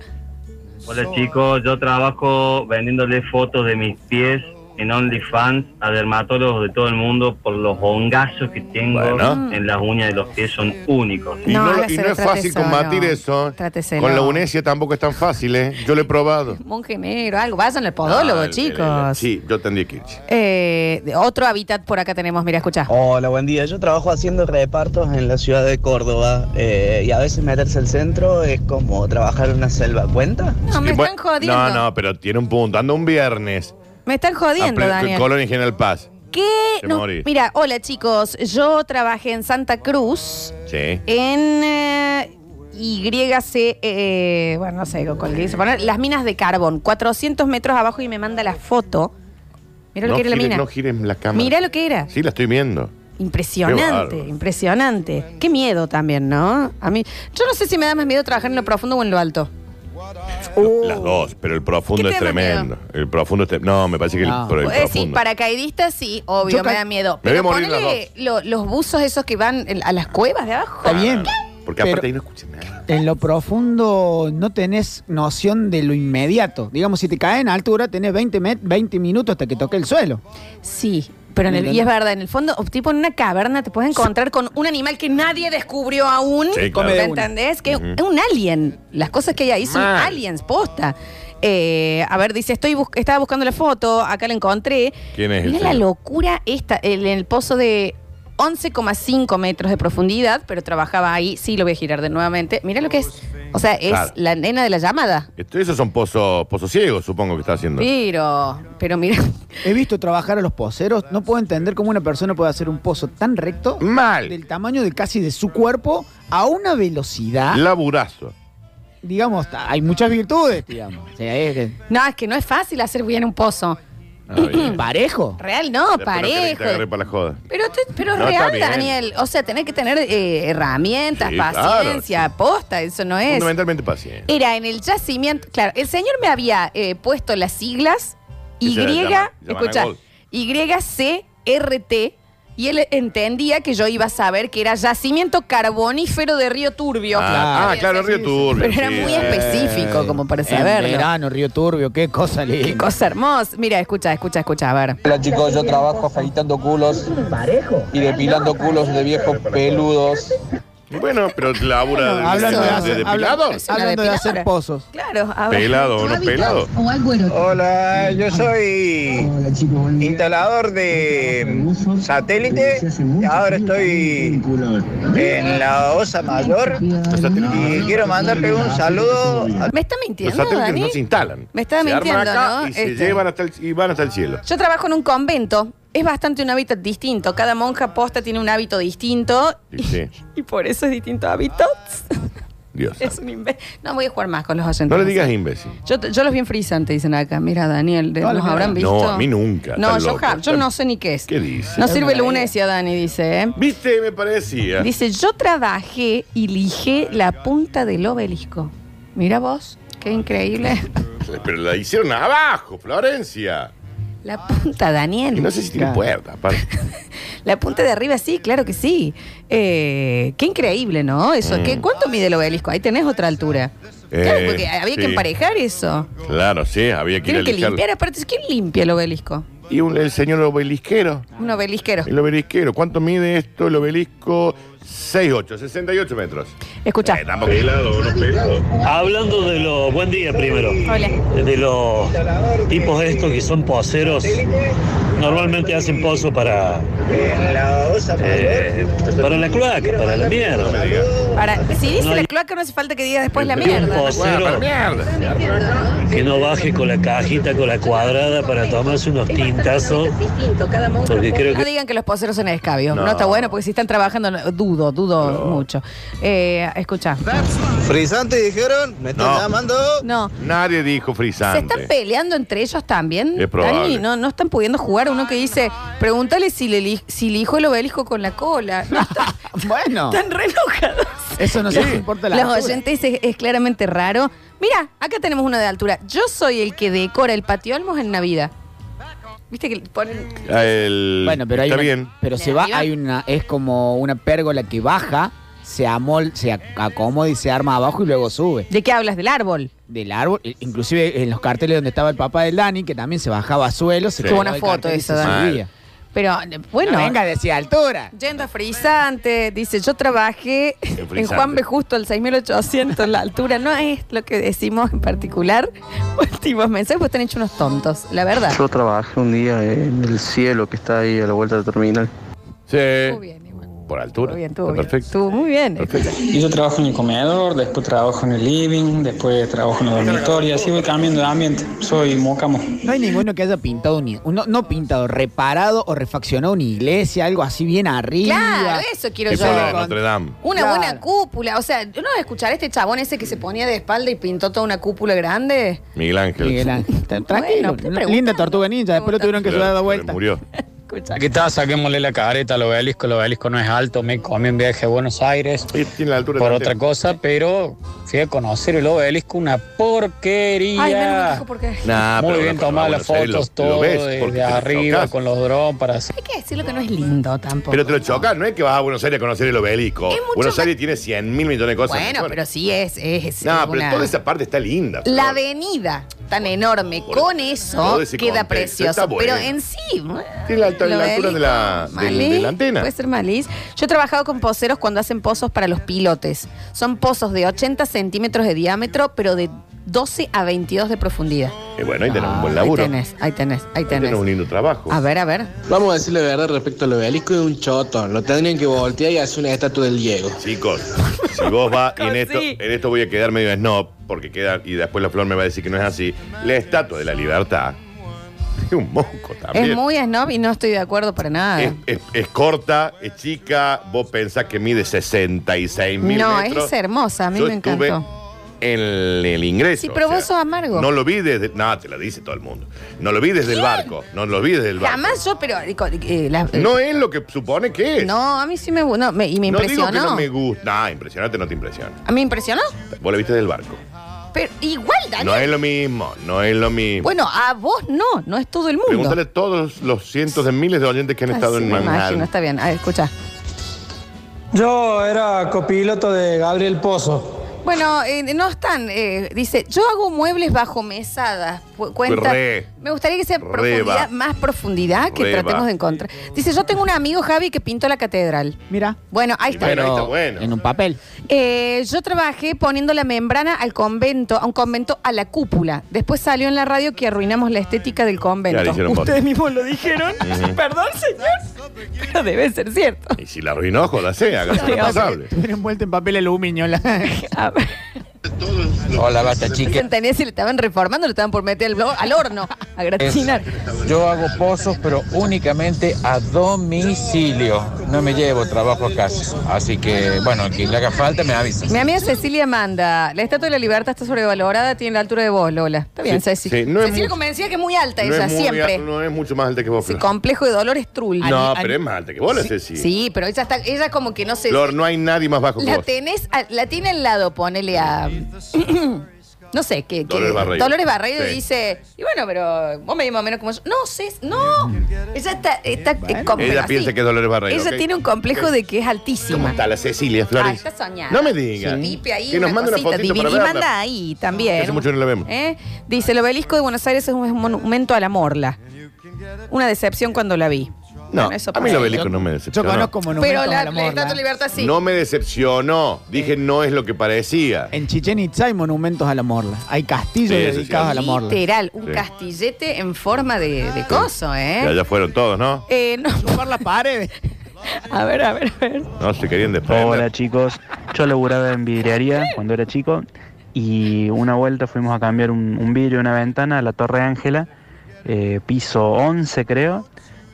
[SPEAKER 13] Hola chicos, yo trabajo vendiéndole fotos de mis pies en OnlyFans a dermatólogos de todo el mundo por los hongazos que tengo
[SPEAKER 2] Bueno.
[SPEAKER 13] en las uñas de los pies, son únicos.
[SPEAKER 2] Y
[SPEAKER 1] No,
[SPEAKER 2] no, lo- y
[SPEAKER 1] hágaselo,
[SPEAKER 2] no es fácil
[SPEAKER 1] tráteselo.
[SPEAKER 2] combatir eso. ¿eh?
[SPEAKER 1] Tráteselo.
[SPEAKER 2] Con la unesia tampoco es tan fácil, ¿eh? Yo lo he probado.
[SPEAKER 1] monje negro, algo. Vayan al podólogo,
[SPEAKER 2] Ah, el- el-
[SPEAKER 1] chicos.
[SPEAKER 2] el- Sí, yo tendría que ir.
[SPEAKER 1] Eh, de- otro hábitat por acá tenemos, mira, escucha.
[SPEAKER 2] Oh.
[SPEAKER 14] Hola, buen día. Yo trabajo haciendo repartos en la ciudad de Córdoba eh, y a veces meterse al centro es como trabajar en una selva. ¿Cuenta?
[SPEAKER 1] No, me
[SPEAKER 2] Y
[SPEAKER 1] están
[SPEAKER 2] bueno,
[SPEAKER 1] jodiendo.
[SPEAKER 2] No, no, pero tiene un punto. Ando un viernes.
[SPEAKER 1] Me están jodiendo,
[SPEAKER 2] a Ple-
[SPEAKER 1] Daniel.
[SPEAKER 2] Colonia y General Paz.
[SPEAKER 1] ¿Qué?
[SPEAKER 2] Te
[SPEAKER 1] No,
[SPEAKER 2] morís.
[SPEAKER 1] mira, hola chicos, yo trabajé en Santa Cruz
[SPEAKER 2] Sí.
[SPEAKER 1] en eh, YC, eh, bueno, no sé con qué dice poner, las minas de carbón, 400 metros abajo y me manda la foto. Mira lo
[SPEAKER 2] no,
[SPEAKER 1] que era la
[SPEAKER 2] gires-
[SPEAKER 1] mina.
[SPEAKER 2] no gires la cámara.
[SPEAKER 1] Mira lo que era.
[SPEAKER 2] Sí, la estoy viendo. Qué
[SPEAKER 1] Impresionante,
[SPEAKER 2] bárbaro.
[SPEAKER 1] impresionante. Qué miedo también, ¿no? A mí, yo no sé si me da más miedo trabajar en lo profundo o en lo alto.
[SPEAKER 2] Las dos, pero el profundo
[SPEAKER 1] Uh. ¿Qué
[SPEAKER 2] es
[SPEAKER 1] te da
[SPEAKER 2] tremendo. El profundo es tre- No, me parece que el-
[SPEAKER 3] No.
[SPEAKER 2] pero el,
[SPEAKER 1] Eh, sí,
[SPEAKER 2] profundo.
[SPEAKER 1] paracaidista sí, obvio,
[SPEAKER 3] Yo ca-
[SPEAKER 1] me da miedo.
[SPEAKER 2] Me voy a
[SPEAKER 1] Pero
[SPEAKER 2] morir las
[SPEAKER 1] ponele lo- los buzos esos que van en- a las cuevas de abajo.
[SPEAKER 3] está bien.
[SPEAKER 2] Porque aparte
[SPEAKER 3] Pero-
[SPEAKER 2] ahí no escuché nada.
[SPEAKER 3] En lo profundo no tenés noción de lo inmediato. Digamos, si te caes en altura, tenés 20, met- 20 minutos hasta que toque el suelo.
[SPEAKER 1] Sí, pero en el- y es verdad, en el fondo, o tipo en una caverna te puedes encontrar con un animal que nadie descubrió aún.
[SPEAKER 2] Sí, claro.
[SPEAKER 1] ¿Me
[SPEAKER 3] Come de una.
[SPEAKER 1] entendés? Que
[SPEAKER 2] Ujú.
[SPEAKER 1] es un alien. Las cosas que hay ahí son
[SPEAKER 2] Mal.
[SPEAKER 1] aliens, posta. Eh, a ver, dice, estoy bus- estaba buscando la foto, acá la encontré.
[SPEAKER 2] ¿Quién es el
[SPEAKER 1] Mira la
[SPEAKER 2] señor?
[SPEAKER 1] locura esta, el, el pozo de 11,5 metros de profundidad, pero trabajaba ahí, sí, lo voy a girar de nuevamente. Mira lo que es, o sea, es
[SPEAKER 2] Claro.
[SPEAKER 1] la nena de la llamada.
[SPEAKER 2] Esto- esos son pozos pozos ciegos, supongo que está haciendo.
[SPEAKER 1] Pero, pero mira,
[SPEAKER 3] He visto trabajar a los poceros. No puedo entender cómo una persona puede hacer un pozo tan recto,
[SPEAKER 2] Mal.
[SPEAKER 3] del tamaño de casi de su cuerpo, a una velocidad.
[SPEAKER 2] Laburazo.
[SPEAKER 3] Digamos, ta- hay muchas virtudes, digamos. O sea, es que-
[SPEAKER 1] no, es que no es fácil hacer bien un pozo.
[SPEAKER 3] Ah, parejo.
[SPEAKER 1] Real no,
[SPEAKER 2] Después no querés que te agarre
[SPEAKER 1] parejo.
[SPEAKER 2] para la joda.
[SPEAKER 1] Pero, te- pero es
[SPEAKER 2] No, está
[SPEAKER 1] real,
[SPEAKER 2] bien.
[SPEAKER 1] Daniel. O sea, tenés que tener eh, herramientas,
[SPEAKER 2] Sí, claro,
[SPEAKER 1] paciencia,
[SPEAKER 2] sí.
[SPEAKER 1] posta, eso no es.
[SPEAKER 2] Fundamentalmente paciente.
[SPEAKER 1] Era en el yacimiento. Claro, el señor me había eh, puesto las siglas Y,
[SPEAKER 2] Esa era llama- llamada
[SPEAKER 1] escucha,
[SPEAKER 2] Gold.
[SPEAKER 1] YCRT. Y él entendía que yo iba a saber que era yacimiento carbonífero de Río Turbio.
[SPEAKER 2] Ah, ah,
[SPEAKER 1] Había
[SPEAKER 2] claro, Río Turbio.
[SPEAKER 1] Pero era
[SPEAKER 2] sí.
[SPEAKER 1] muy específico como para
[SPEAKER 3] Eh, En
[SPEAKER 1] saberlo.
[SPEAKER 3] verano, Río Turbio, qué cosa linda.
[SPEAKER 1] Qué cosa hermosa. Mira, escucha, escucha, escucha, a ver.
[SPEAKER 15] Hola chicos, yo trabajo afeitando culos y depilando culos de viejos peludos.
[SPEAKER 2] Bueno, pero labura de,
[SPEAKER 3] Hablando de
[SPEAKER 2] de- de
[SPEAKER 3] hacer-
[SPEAKER 2] depilado.
[SPEAKER 3] habla- hablando de hacer pozos.
[SPEAKER 1] Claro, a ver.
[SPEAKER 2] Pelado o no pelado.
[SPEAKER 16] Hola, yo soy instalador de satélite. y Ahora estoy en la Osa Mayor y quiero mandarle un saludo a
[SPEAKER 1] ¿Me está
[SPEAKER 2] Los
[SPEAKER 1] mintiendo,
[SPEAKER 2] satélites
[SPEAKER 1] Dani?
[SPEAKER 2] no se instalan.
[SPEAKER 1] Me estaba
[SPEAKER 2] se
[SPEAKER 1] mintiendo,
[SPEAKER 2] arman acá
[SPEAKER 1] ¿no?
[SPEAKER 2] Y, se
[SPEAKER 1] Este.
[SPEAKER 2] llevan hasta el, y van hasta el cielo.
[SPEAKER 1] Yo trabajo en un convento. Es bastante un hábitat distinto. Cada monja posta tiene un hábito distinto.
[SPEAKER 2] Y sí,
[SPEAKER 1] Y por eso es distinto hábitat.
[SPEAKER 2] Dios.
[SPEAKER 1] Es un imbé- No voy a jugar más con los oyentes.
[SPEAKER 2] No le digas imbécil.
[SPEAKER 1] Yo, yo los vi en frisante, dicen acá. Mira, Daniel, de-
[SPEAKER 3] No,
[SPEAKER 1] ¿nos
[SPEAKER 3] no,
[SPEAKER 1] habrán
[SPEAKER 3] no.
[SPEAKER 1] visto?
[SPEAKER 2] No, a mí nunca,
[SPEAKER 1] No,
[SPEAKER 2] estás
[SPEAKER 1] yo,
[SPEAKER 2] loco,
[SPEAKER 1] ja- yo
[SPEAKER 2] estás-
[SPEAKER 1] no sé ni qué es.
[SPEAKER 2] ¿Qué dice?
[SPEAKER 1] No sirve la unesia, Dani, dice. ¿eh?
[SPEAKER 2] ¿Viste? Me parecía.
[SPEAKER 1] Dice, yo trabajé y lijé la punta del obelisco. Mira vos, qué increíble.
[SPEAKER 2] Pero la hicieron abajo, Florencia.
[SPEAKER 1] La punta, Daniel.
[SPEAKER 2] Y no sé si tiene
[SPEAKER 1] Claro.
[SPEAKER 2] puerta, aparte.
[SPEAKER 1] La punta de arriba, sí, claro que sí. Eh, qué increíble, ¿no? Eso,
[SPEAKER 2] Mm.
[SPEAKER 1] ¿qué, ¿Cuánto mide el obelisco? Ahí tenés otra altura. Claro,
[SPEAKER 2] Eh,
[SPEAKER 1] porque había que
[SPEAKER 2] sí.
[SPEAKER 1] emparejar eso.
[SPEAKER 2] Claro, sí, había que ir a
[SPEAKER 1] Tienen que
[SPEAKER 2] limpiarlo.
[SPEAKER 1] limpiar, aparte, ¿quién limpia el obelisco?
[SPEAKER 2] Y un- el señor obelisquero.
[SPEAKER 1] Un obelisquero.
[SPEAKER 2] El obelisquero. ¿Cuánto mide esto? El obelisco 6,8, 68 metros. Eh,
[SPEAKER 1] Escucha.
[SPEAKER 2] Pelado, no pelado.
[SPEAKER 17] Hablando de los. Buen día primero.
[SPEAKER 1] Hola.
[SPEAKER 17] De los tipos estos que son poseros. Normalmente hacen pozo para. eh, para la cloaca, para la mierda.
[SPEAKER 1] Ahora, si dice
[SPEAKER 17] No,
[SPEAKER 1] la
[SPEAKER 17] y-
[SPEAKER 1] cloaca, no hace falta que diga después Pues la
[SPEAKER 17] Y un
[SPEAKER 1] mierda.
[SPEAKER 17] pocero que no baje con la cajita, con la cuadrada para tomarse unos tintazos. Porque eh, creo
[SPEAKER 1] No
[SPEAKER 17] que.
[SPEAKER 1] digan que los poceros son escabios. No.
[SPEAKER 17] No.
[SPEAKER 1] está bueno, porque si están trabajando, no- dudo, dudo mucho. Eh, escucha.
[SPEAKER 14] Frisante dijeron, me están
[SPEAKER 2] No.
[SPEAKER 14] llamando.
[SPEAKER 1] No.
[SPEAKER 2] Nadie dijo
[SPEAKER 1] ¿Se
[SPEAKER 2] frisante.
[SPEAKER 1] están peleando entre ellos también?
[SPEAKER 2] Es probable.
[SPEAKER 1] Dani, no, no están pudiendo jugar. Uno que dice, pregúntale si le li- si elijo el obelisco con la cola. No, está-
[SPEAKER 3] Bueno,
[SPEAKER 1] están re enojados.
[SPEAKER 3] eso no se les importa la
[SPEAKER 1] Los
[SPEAKER 3] altura.
[SPEAKER 1] oyentes es, es claramente raro. Mira, acá tenemos uno de altura. Yo soy el que decora el patio Olmos en Navidad. ¿Viste que ponen
[SPEAKER 2] Ah, El-
[SPEAKER 3] Bueno, pero hay
[SPEAKER 2] Está
[SPEAKER 3] una-
[SPEAKER 2] bien.
[SPEAKER 3] pero se
[SPEAKER 1] ¿De
[SPEAKER 3] va,
[SPEAKER 1] arriba?
[SPEAKER 3] hay una, es como una pérgola que baja, se amol, se ac- acomoda y se arma abajo y luego sube.
[SPEAKER 1] ¿De qué hablas? ¿Del árbol?
[SPEAKER 3] Del árbol, e- inclusive en los carteles donde estaba el papá del Dani, que también se bajaba a suelo, se
[SPEAKER 2] Qué
[SPEAKER 3] colgaba
[SPEAKER 1] buena
[SPEAKER 3] el
[SPEAKER 1] foto
[SPEAKER 3] cartel y
[SPEAKER 1] esa,
[SPEAKER 3] se
[SPEAKER 1] Dani.
[SPEAKER 3] subía.
[SPEAKER 1] Pero eh, bueno.
[SPEAKER 3] No venga a decir altura.
[SPEAKER 1] Yendo a Frisante, dice, yo trabajé en
[SPEAKER 2] Frisante.
[SPEAKER 1] Juan B. Justo al 6800, la altura no es lo que decimos en particular. Últimos mensajes, pues están hechos unos tontos, la verdad.
[SPEAKER 18] Yo trabajé un día en el cielo que está ahí a la vuelta del terminal.
[SPEAKER 2] Sí.
[SPEAKER 1] bien,
[SPEAKER 2] Por altura.
[SPEAKER 1] Estuvo bien, estuvo bien.
[SPEAKER 2] Perfecto.
[SPEAKER 1] Estuvo muy bien.
[SPEAKER 19] Y yo trabajo en el comedor, después trabajo en el living, después trabajo en el dormitorio, y así voy cambiando de ambiente. Soy mocamo.
[SPEAKER 3] No hay ninguno que haya pintado, ni, no, no pintado, reparado o refaccionado una iglesia, algo así bien arriba.
[SPEAKER 1] Claro, eso quiero
[SPEAKER 2] Tipo
[SPEAKER 1] yo.
[SPEAKER 2] de Notre Dame.
[SPEAKER 1] Una
[SPEAKER 3] Claro.
[SPEAKER 1] buena cúpula. O sea, uno va a escuchar a este chabón ese que se ponía de espalda y pintó toda una cúpula grande.
[SPEAKER 2] Miguel Ángel.
[SPEAKER 3] Miguel Ángel, tra- tranquilo,
[SPEAKER 1] estoy
[SPEAKER 3] una
[SPEAKER 1] preguntando.
[SPEAKER 3] linda tortuga ninja, después lo tuvieron que
[SPEAKER 19] Claro,
[SPEAKER 3] llevar a dar
[SPEAKER 19] se le
[SPEAKER 3] vuelta.
[SPEAKER 2] Murió.
[SPEAKER 19] Aquí está, saquémosle la careta al obelisco. El obelisco no es alto, me comí un viaje a Buenos Aires por otra cosa, pero fui a conocer el obelisco, una porquería.
[SPEAKER 1] Ay, menos mal dijo por qué.
[SPEAKER 2] Nah,
[SPEAKER 19] Muy
[SPEAKER 2] Ah, pero
[SPEAKER 19] bien
[SPEAKER 2] no, cuando
[SPEAKER 19] tomadas
[SPEAKER 2] va a
[SPEAKER 19] las
[SPEAKER 2] Buenos Aires lo-
[SPEAKER 19] fotos,
[SPEAKER 2] lo
[SPEAKER 19] todo
[SPEAKER 2] ves,
[SPEAKER 19] de,
[SPEAKER 2] porque
[SPEAKER 19] de
[SPEAKER 2] te
[SPEAKER 19] arriba
[SPEAKER 2] chocas.
[SPEAKER 19] con los drones para hacer.
[SPEAKER 1] Hay que decirlo que no es lindo tampoco.
[SPEAKER 2] Pero te lo chocas, no es que vas a Buenos Aires a conocer el obelisco.
[SPEAKER 1] Es mucho
[SPEAKER 2] Buenos
[SPEAKER 1] más-
[SPEAKER 2] Aires tiene 100 mil millones de cosas.
[SPEAKER 1] bueno,
[SPEAKER 2] mejores.
[SPEAKER 1] pero sí es. es
[SPEAKER 2] No, pero
[SPEAKER 1] una-
[SPEAKER 2] toda esa parte está linda.
[SPEAKER 1] La avenida tan enorme, con eso
[SPEAKER 2] todo ese
[SPEAKER 1] queda
[SPEAKER 2] contexto,
[SPEAKER 1] precioso.
[SPEAKER 2] está bueno.
[SPEAKER 1] Pero en sí,
[SPEAKER 2] Tiene la, alta-
[SPEAKER 1] lo
[SPEAKER 2] la altura
[SPEAKER 1] del-
[SPEAKER 2] de la, de-
[SPEAKER 1] malís,
[SPEAKER 2] de la antena.
[SPEAKER 1] Puede ser malís. Yo he trabajado con poceros cuando hacen pozos para los pilotes. Son pozos de 80 centímetros de diámetro, pero de 12 a 22 de profundidad.
[SPEAKER 2] Y Eh, bueno, ahí tenemos un buen
[SPEAKER 1] Ahí
[SPEAKER 2] laburo. Ahí
[SPEAKER 1] tenés, ahí tenés, ahí tenés.
[SPEAKER 2] tenés un lindo trabajo.
[SPEAKER 1] A ver, a ver.
[SPEAKER 10] Vamos a decir la verdad respecto al obelisco de un choto. Lo tendrían que voltear y hacer una estatua del Diego.
[SPEAKER 2] Chicos, si vos vas, y en esto, en esto voy a quedar medio snob, porque queda, y después la flor me va a decir que no es así, la estatua de la libertad es un moco también.
[SPEAKER 1] Es muy snob y no estoy de acuerdo para nada.
[SPEAKER 2] Es, es- es corta, es chica, vos pensás que mide 66 mil
[SPEAKER 1] no,
[SPEAKER 2] metros.
[SPEAKER 1] es hermosa, a mí
[SPEAKER 2] Yo
[SPEAKER 1] me
[SPEAKER 2] estuve
[SPEAKER 1] encantó.
[SPEAKER 2] En el, el ingreso.
[SPEAKER 1] Sí, pero
[SPEAKER 2] o sea,
[SPEAKER 1] vos sos amargo.
[SPEAKER 2] No lo vi desde. No, te la dice todo el mundo. No lo vi desde el barco. No lo vi desde el barco.
[SPEAKER 1] Jamás yo, pero. eh, la-
[SPEAKER 2] No es lo que supone que es.
[SPEAKER 1] No, a mí sí me, no, me- y me
[SPEAKER 2] No digo
[SPEAKER 1] impresionó.
[SPEAKER 2] que no me gusta. Nah, impresionante no te impresiona.
[SPEAKER 1] A mí me impresionó.
[SPEAKER 2] Vos la viste del barco.
[SPEAKER 1] Pero igual, Daniel.
[SPEAKER 2] No es lo mismo, no es lo mismo.
[SPEAKER 1] Bueno, a vos no, no es todo el mundo.
[SPEAKER 2] Pregúntale a todos los cientos de miles de oyentes que han
[SPEAKER 1] Ah,
[SPEAKER 2] estado
[SPEAKER 1] sí,
[SPEAKER 2] en
[SPEAKER 1] me imagino,
[SPEAKER 2] Manhattan.
[SPEAKER 1] está bien. ah, A ver, escucha.
[SPEAKER 19] Yo era copiloto de Gabriel Pozo.
[SPEAKER 1] Bueno, eh, no están. eh, dice, yo hago muebles bajo mesadas. Pu- Cuenta.
[SPEAKER 2] Re.
[SPEAKER 1] Me gustaría que sea
[SPEAKER 2] Re
[SPEAKER 1] profundidad,
[SPEAKER 2] va.
[SPEAKER 1] más profundidad que
[SPEAKER 2] Re
[SPEAKER 1] tratemos
[SPEAKER 2] va.
[SPEAKER 1] de encontrar. Dice, yo tengo un amigo, Javi, que pintó la catedral.
[SPEAKER 3] Mira.
[SPEAKER 1] Bueno, ahí
[SPEAKER 2] Y
[SPEAKER 1] está.
[SPEAKER 2] bueno, ahí está bueno.
[SPEAKER 3] En un papel.
[SPEAKER 1] Eh, yo trabajé poniendo la membrana al convento, a un convento a la cúpula. Después salió en la radio que arruinamos la estética del convento.
[SPEAKER 2] Claro, hicieron
[SPEAKER 1] Ustedes
[SPEAKER 2] voto.
[SPEAKER 1] mismos lo dijeron.
[SPEAKER 2] Ujú.
[SPEAKER 1] Perdón, señor. Pero debe ser cierto.
[SPEAKER 2] Y si la arruinó, jodase, hágase responsable.
[SPEAKER 3] Tuvieron vuelta en papel aluminio. la-
[SPEAKER 15] Hola, basta
[SPEAKER 1] Se entendía si le estaban reformando, le estaban por meter al, al horno, a gratinar.
[SPEAKER 15] Yo hago pozos, pero únicamente a domicilio. No me llevo trabajo a casa. Así que, bueno, que le haga falta me avisa.
[SPEAKER 1] Mi amiga Cecilia manda, la estatua de la libertad está sobrevalorada, tiene la altura de vos, Lola. Está bien,
[SPEAKER 2] Sí,
[SPEAKER 1] Ceci.
[SPEAKER 2] sí, no es
[SPEAKER 1] Cecilia
[SPEAKER 2] mucho.
[SPEAKER 1] convencida que es muy alta
[SPEAKER 2] No
[SPEAKER 1] ella,
[SPEAKER 2] es muy-
[SPEAKER 1] siempre.
[SPEAKER 2] No es mucho más alta que vos,
[SPEAKER 1] Sí,
[SPEAKER 2] Flor.
[SPEAKER 1] complejo de dolor es trul.
[SPEAKER 2] No, pero es más alta que vos, la Ceci.
[SPEAKER 1] Sí, pero ella está, ella como que no se.
[SPEAKER 2] Flor, no hay nadie más bajo que
[SPEAKER 1] La
[SPEAKER 2] vos.
[SPEAKER 1] tenés, a- la tiene al lado, ponele a. No sé, que, que-
[SPEAKER 2] Dolores Barreiro.
[SPEAKER 1] Dolores Barreiro
[SPEAKER 2] Sí.
[SPEAKER 1] dice, y bueno, pero vos me más o menos como yo. No, sé, no. Ella está, está eh, como-
[SPEAKER 2] Ella
[SPEAKER 1] así.
[SPEAKER 2] piensa que es Dolores Barreiro.
[SPEAKER 1] Ella
[SPEAKER 2] ok.
[SPEAKER 1] tiene un complejo de que es altísima.
[SPEAKER 2] ¿Cómo está la Cecilia Flores?
[SPEAKER 1] Ah, está soñada.
[SPEAKER 2] No me digas.
[SPEAKER 1] Sí. Pipe ahí,
[SPEAKER 2] Que nos mande una
[SPEAKER 1] cosita
[SPEAKER 2] fotito
[SPEAKER 1] divina.
[SPEAKER 2] para
[SPEAKER 1] Y
[SPEAKER 2] verla.
[SPEAKER 1] manda ahí también.
[SPEAKER 2] Hace mucho que no la vemos.
[SPEAKER 1] ¿Eh? Dice, el obelisco de Buenos Aires es un monumento a la morla. Una decepción cuando la vi.
[SPEAKER 2] No,
[SPEAKER 1] Bueno, eso
[SPEAKER 2] a mí
[SPEAKER 1] pasa.
[SPEAKER 2] lo bélico no me
[SPEAKER 3] Yo
[SPEAKER 2] decepcionó.
[SPEAKER 3] conozco monumentos
[SPEAKER 1] Pero la,
[SPEAKER 3] a
[SPEAKER 1] la
[SPEAKER 3] la morla.
[SPEAKER 1] Estatua de Libertad sí.
[SPEAKER 2] No me decepcionó. Dije, no es lo que parecía.
[SPEAKER 3] En Chichen Itza hay monumentos a la morla. Hay castillos
[SPEAKER 2] Sí, eso sí.
[SPEAKER 3] dedicados
[SPEAKER 1] Ah,
[SPEAKER 3] a la morla.
[SPEAKER 1] Literal, un
[SPEAKER 2] Sí.
[SPEAKER 1] castillete en forma de, de coso,
[SPEAKER 2] Ya,
[SPEAKER 1] ¿eh?
[SPEAKER 2] ya fueron todos, ¿no?
[SPEAKER 1] Eh, no.
[SPEAKER 3] Por las paredes.
[SPEAKER 1] A ver, a ver, a ver.
[SPEAKER 2] No, se querían desprender.
[SPEAKER 20] Hola chicos, yo laburaba en vidriaría cuando era chico y una vuelta fuimos a cambiar un, un vidrio, una ventana a la Torre Ángela, eh, piso 11 creo,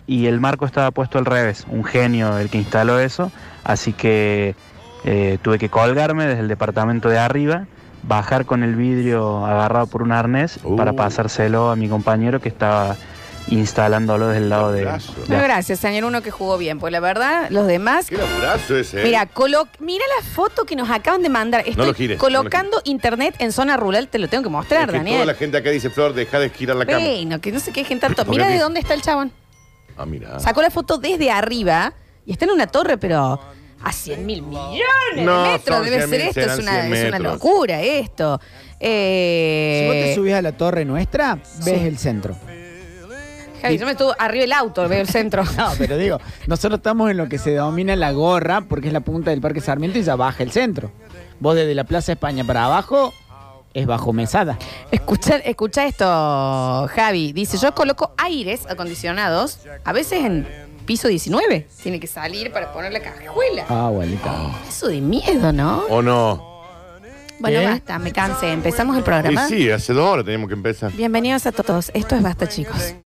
[SPEAKER 20] y el marco estaba puesto al revés, un genio el que instaló eso, así que eh, tuve que colgarme desde el departamento de arriba, bajar con el vidrio agarrado por un arnés para pasárselo a mi compañero que estaba instalándolo desde el lado de... de
[SPEAKER 1] Bueno, gracias, señor uno que jugó bien, pues la verdad, los demás.
[SPEAKER 2] Qué laburazo ese. ¿eh?
[SPEAKER 1] Mira, colo- mira la foto que nos acaban de mandar. Estoy
[SPEAKER 2] lo gires, no lo
[SPEAKER 1] colocando internet en zona rural, te lo tengo que
[SPEAKER 2] Es
[SPEAKER 1] mostrar,
[SPEAKER 2] que toda la
[SPEAKER 1] Daniel.
[SPEAKER 2] gente acá dice, Flor, deja de girar la cama.
[SPEAKER 1] Ey, no, que no se quejen tanto.
[SPEAKER 2] Porque
[SPEAKER 1] Mira de
[SPEAKER 2] dice-
[SPEAKER 1] dónde está el chabón.
[SPEAKER 2] Ah, mira.
[SPEAKER 1] Sacó la foto desde arriba y está en una torre, pero a 100 mil millones
[SPEAKER 2] No,
[SPEAKER 1] de metros
[SPEAKER 2] son
[SPEAKER 1] debe
[SPEAKER 2] 100.000,
[SPEAKER 1] ser esto. Es
[SPEAKER 2] serán
[SPEAKER 1] una,
[SPEAKER 2] 100
[SPEAKER 1] es una
[SPEAKER 2] metros.
[SPEAKER 1] locura esto. Eh,
[SPEAKER 3] Si vos te subís a la torre nuestra, ves
[SPEAKER 1] Sí.
[SPEAKER 3] el centro.
[SPEAKER 1] Javi, yo me estuve arriba del auto, veo el centro.
[SPEAKER 3] No, pero digo, nosotros estamos en lo que se denomina la gorra, porque es la punta del Parque Sarmiento y ya baja el centro. Vos desde la Plaza España para abajo es bajo mesada.
[SPEAKER 1] Escucha, escucha esto, Javi. Dice, yo coloco aires acondicionados, a veces en piso 19. Tiene que salir para poner la cajuela.
[SPEAKER 3] Ah, abuelita.
[SPEAKER 1] Eso de miedo, ¿no?
[SPEAKER 2] ¿O no?
[SPEAKER 1] Bueno,
[SPEAKER 2] ¿Qué?
[SPEAKER 1] basta, me cansé. Empezamos el
[SPEAKER 2] Y
[SPEAKER 1] programa.
[SPEAKER 2] sí, hace dos horas teníamos que empezar.
[SPEAKER 1] Bienvenidos a todos. Esto es Basta, chicos.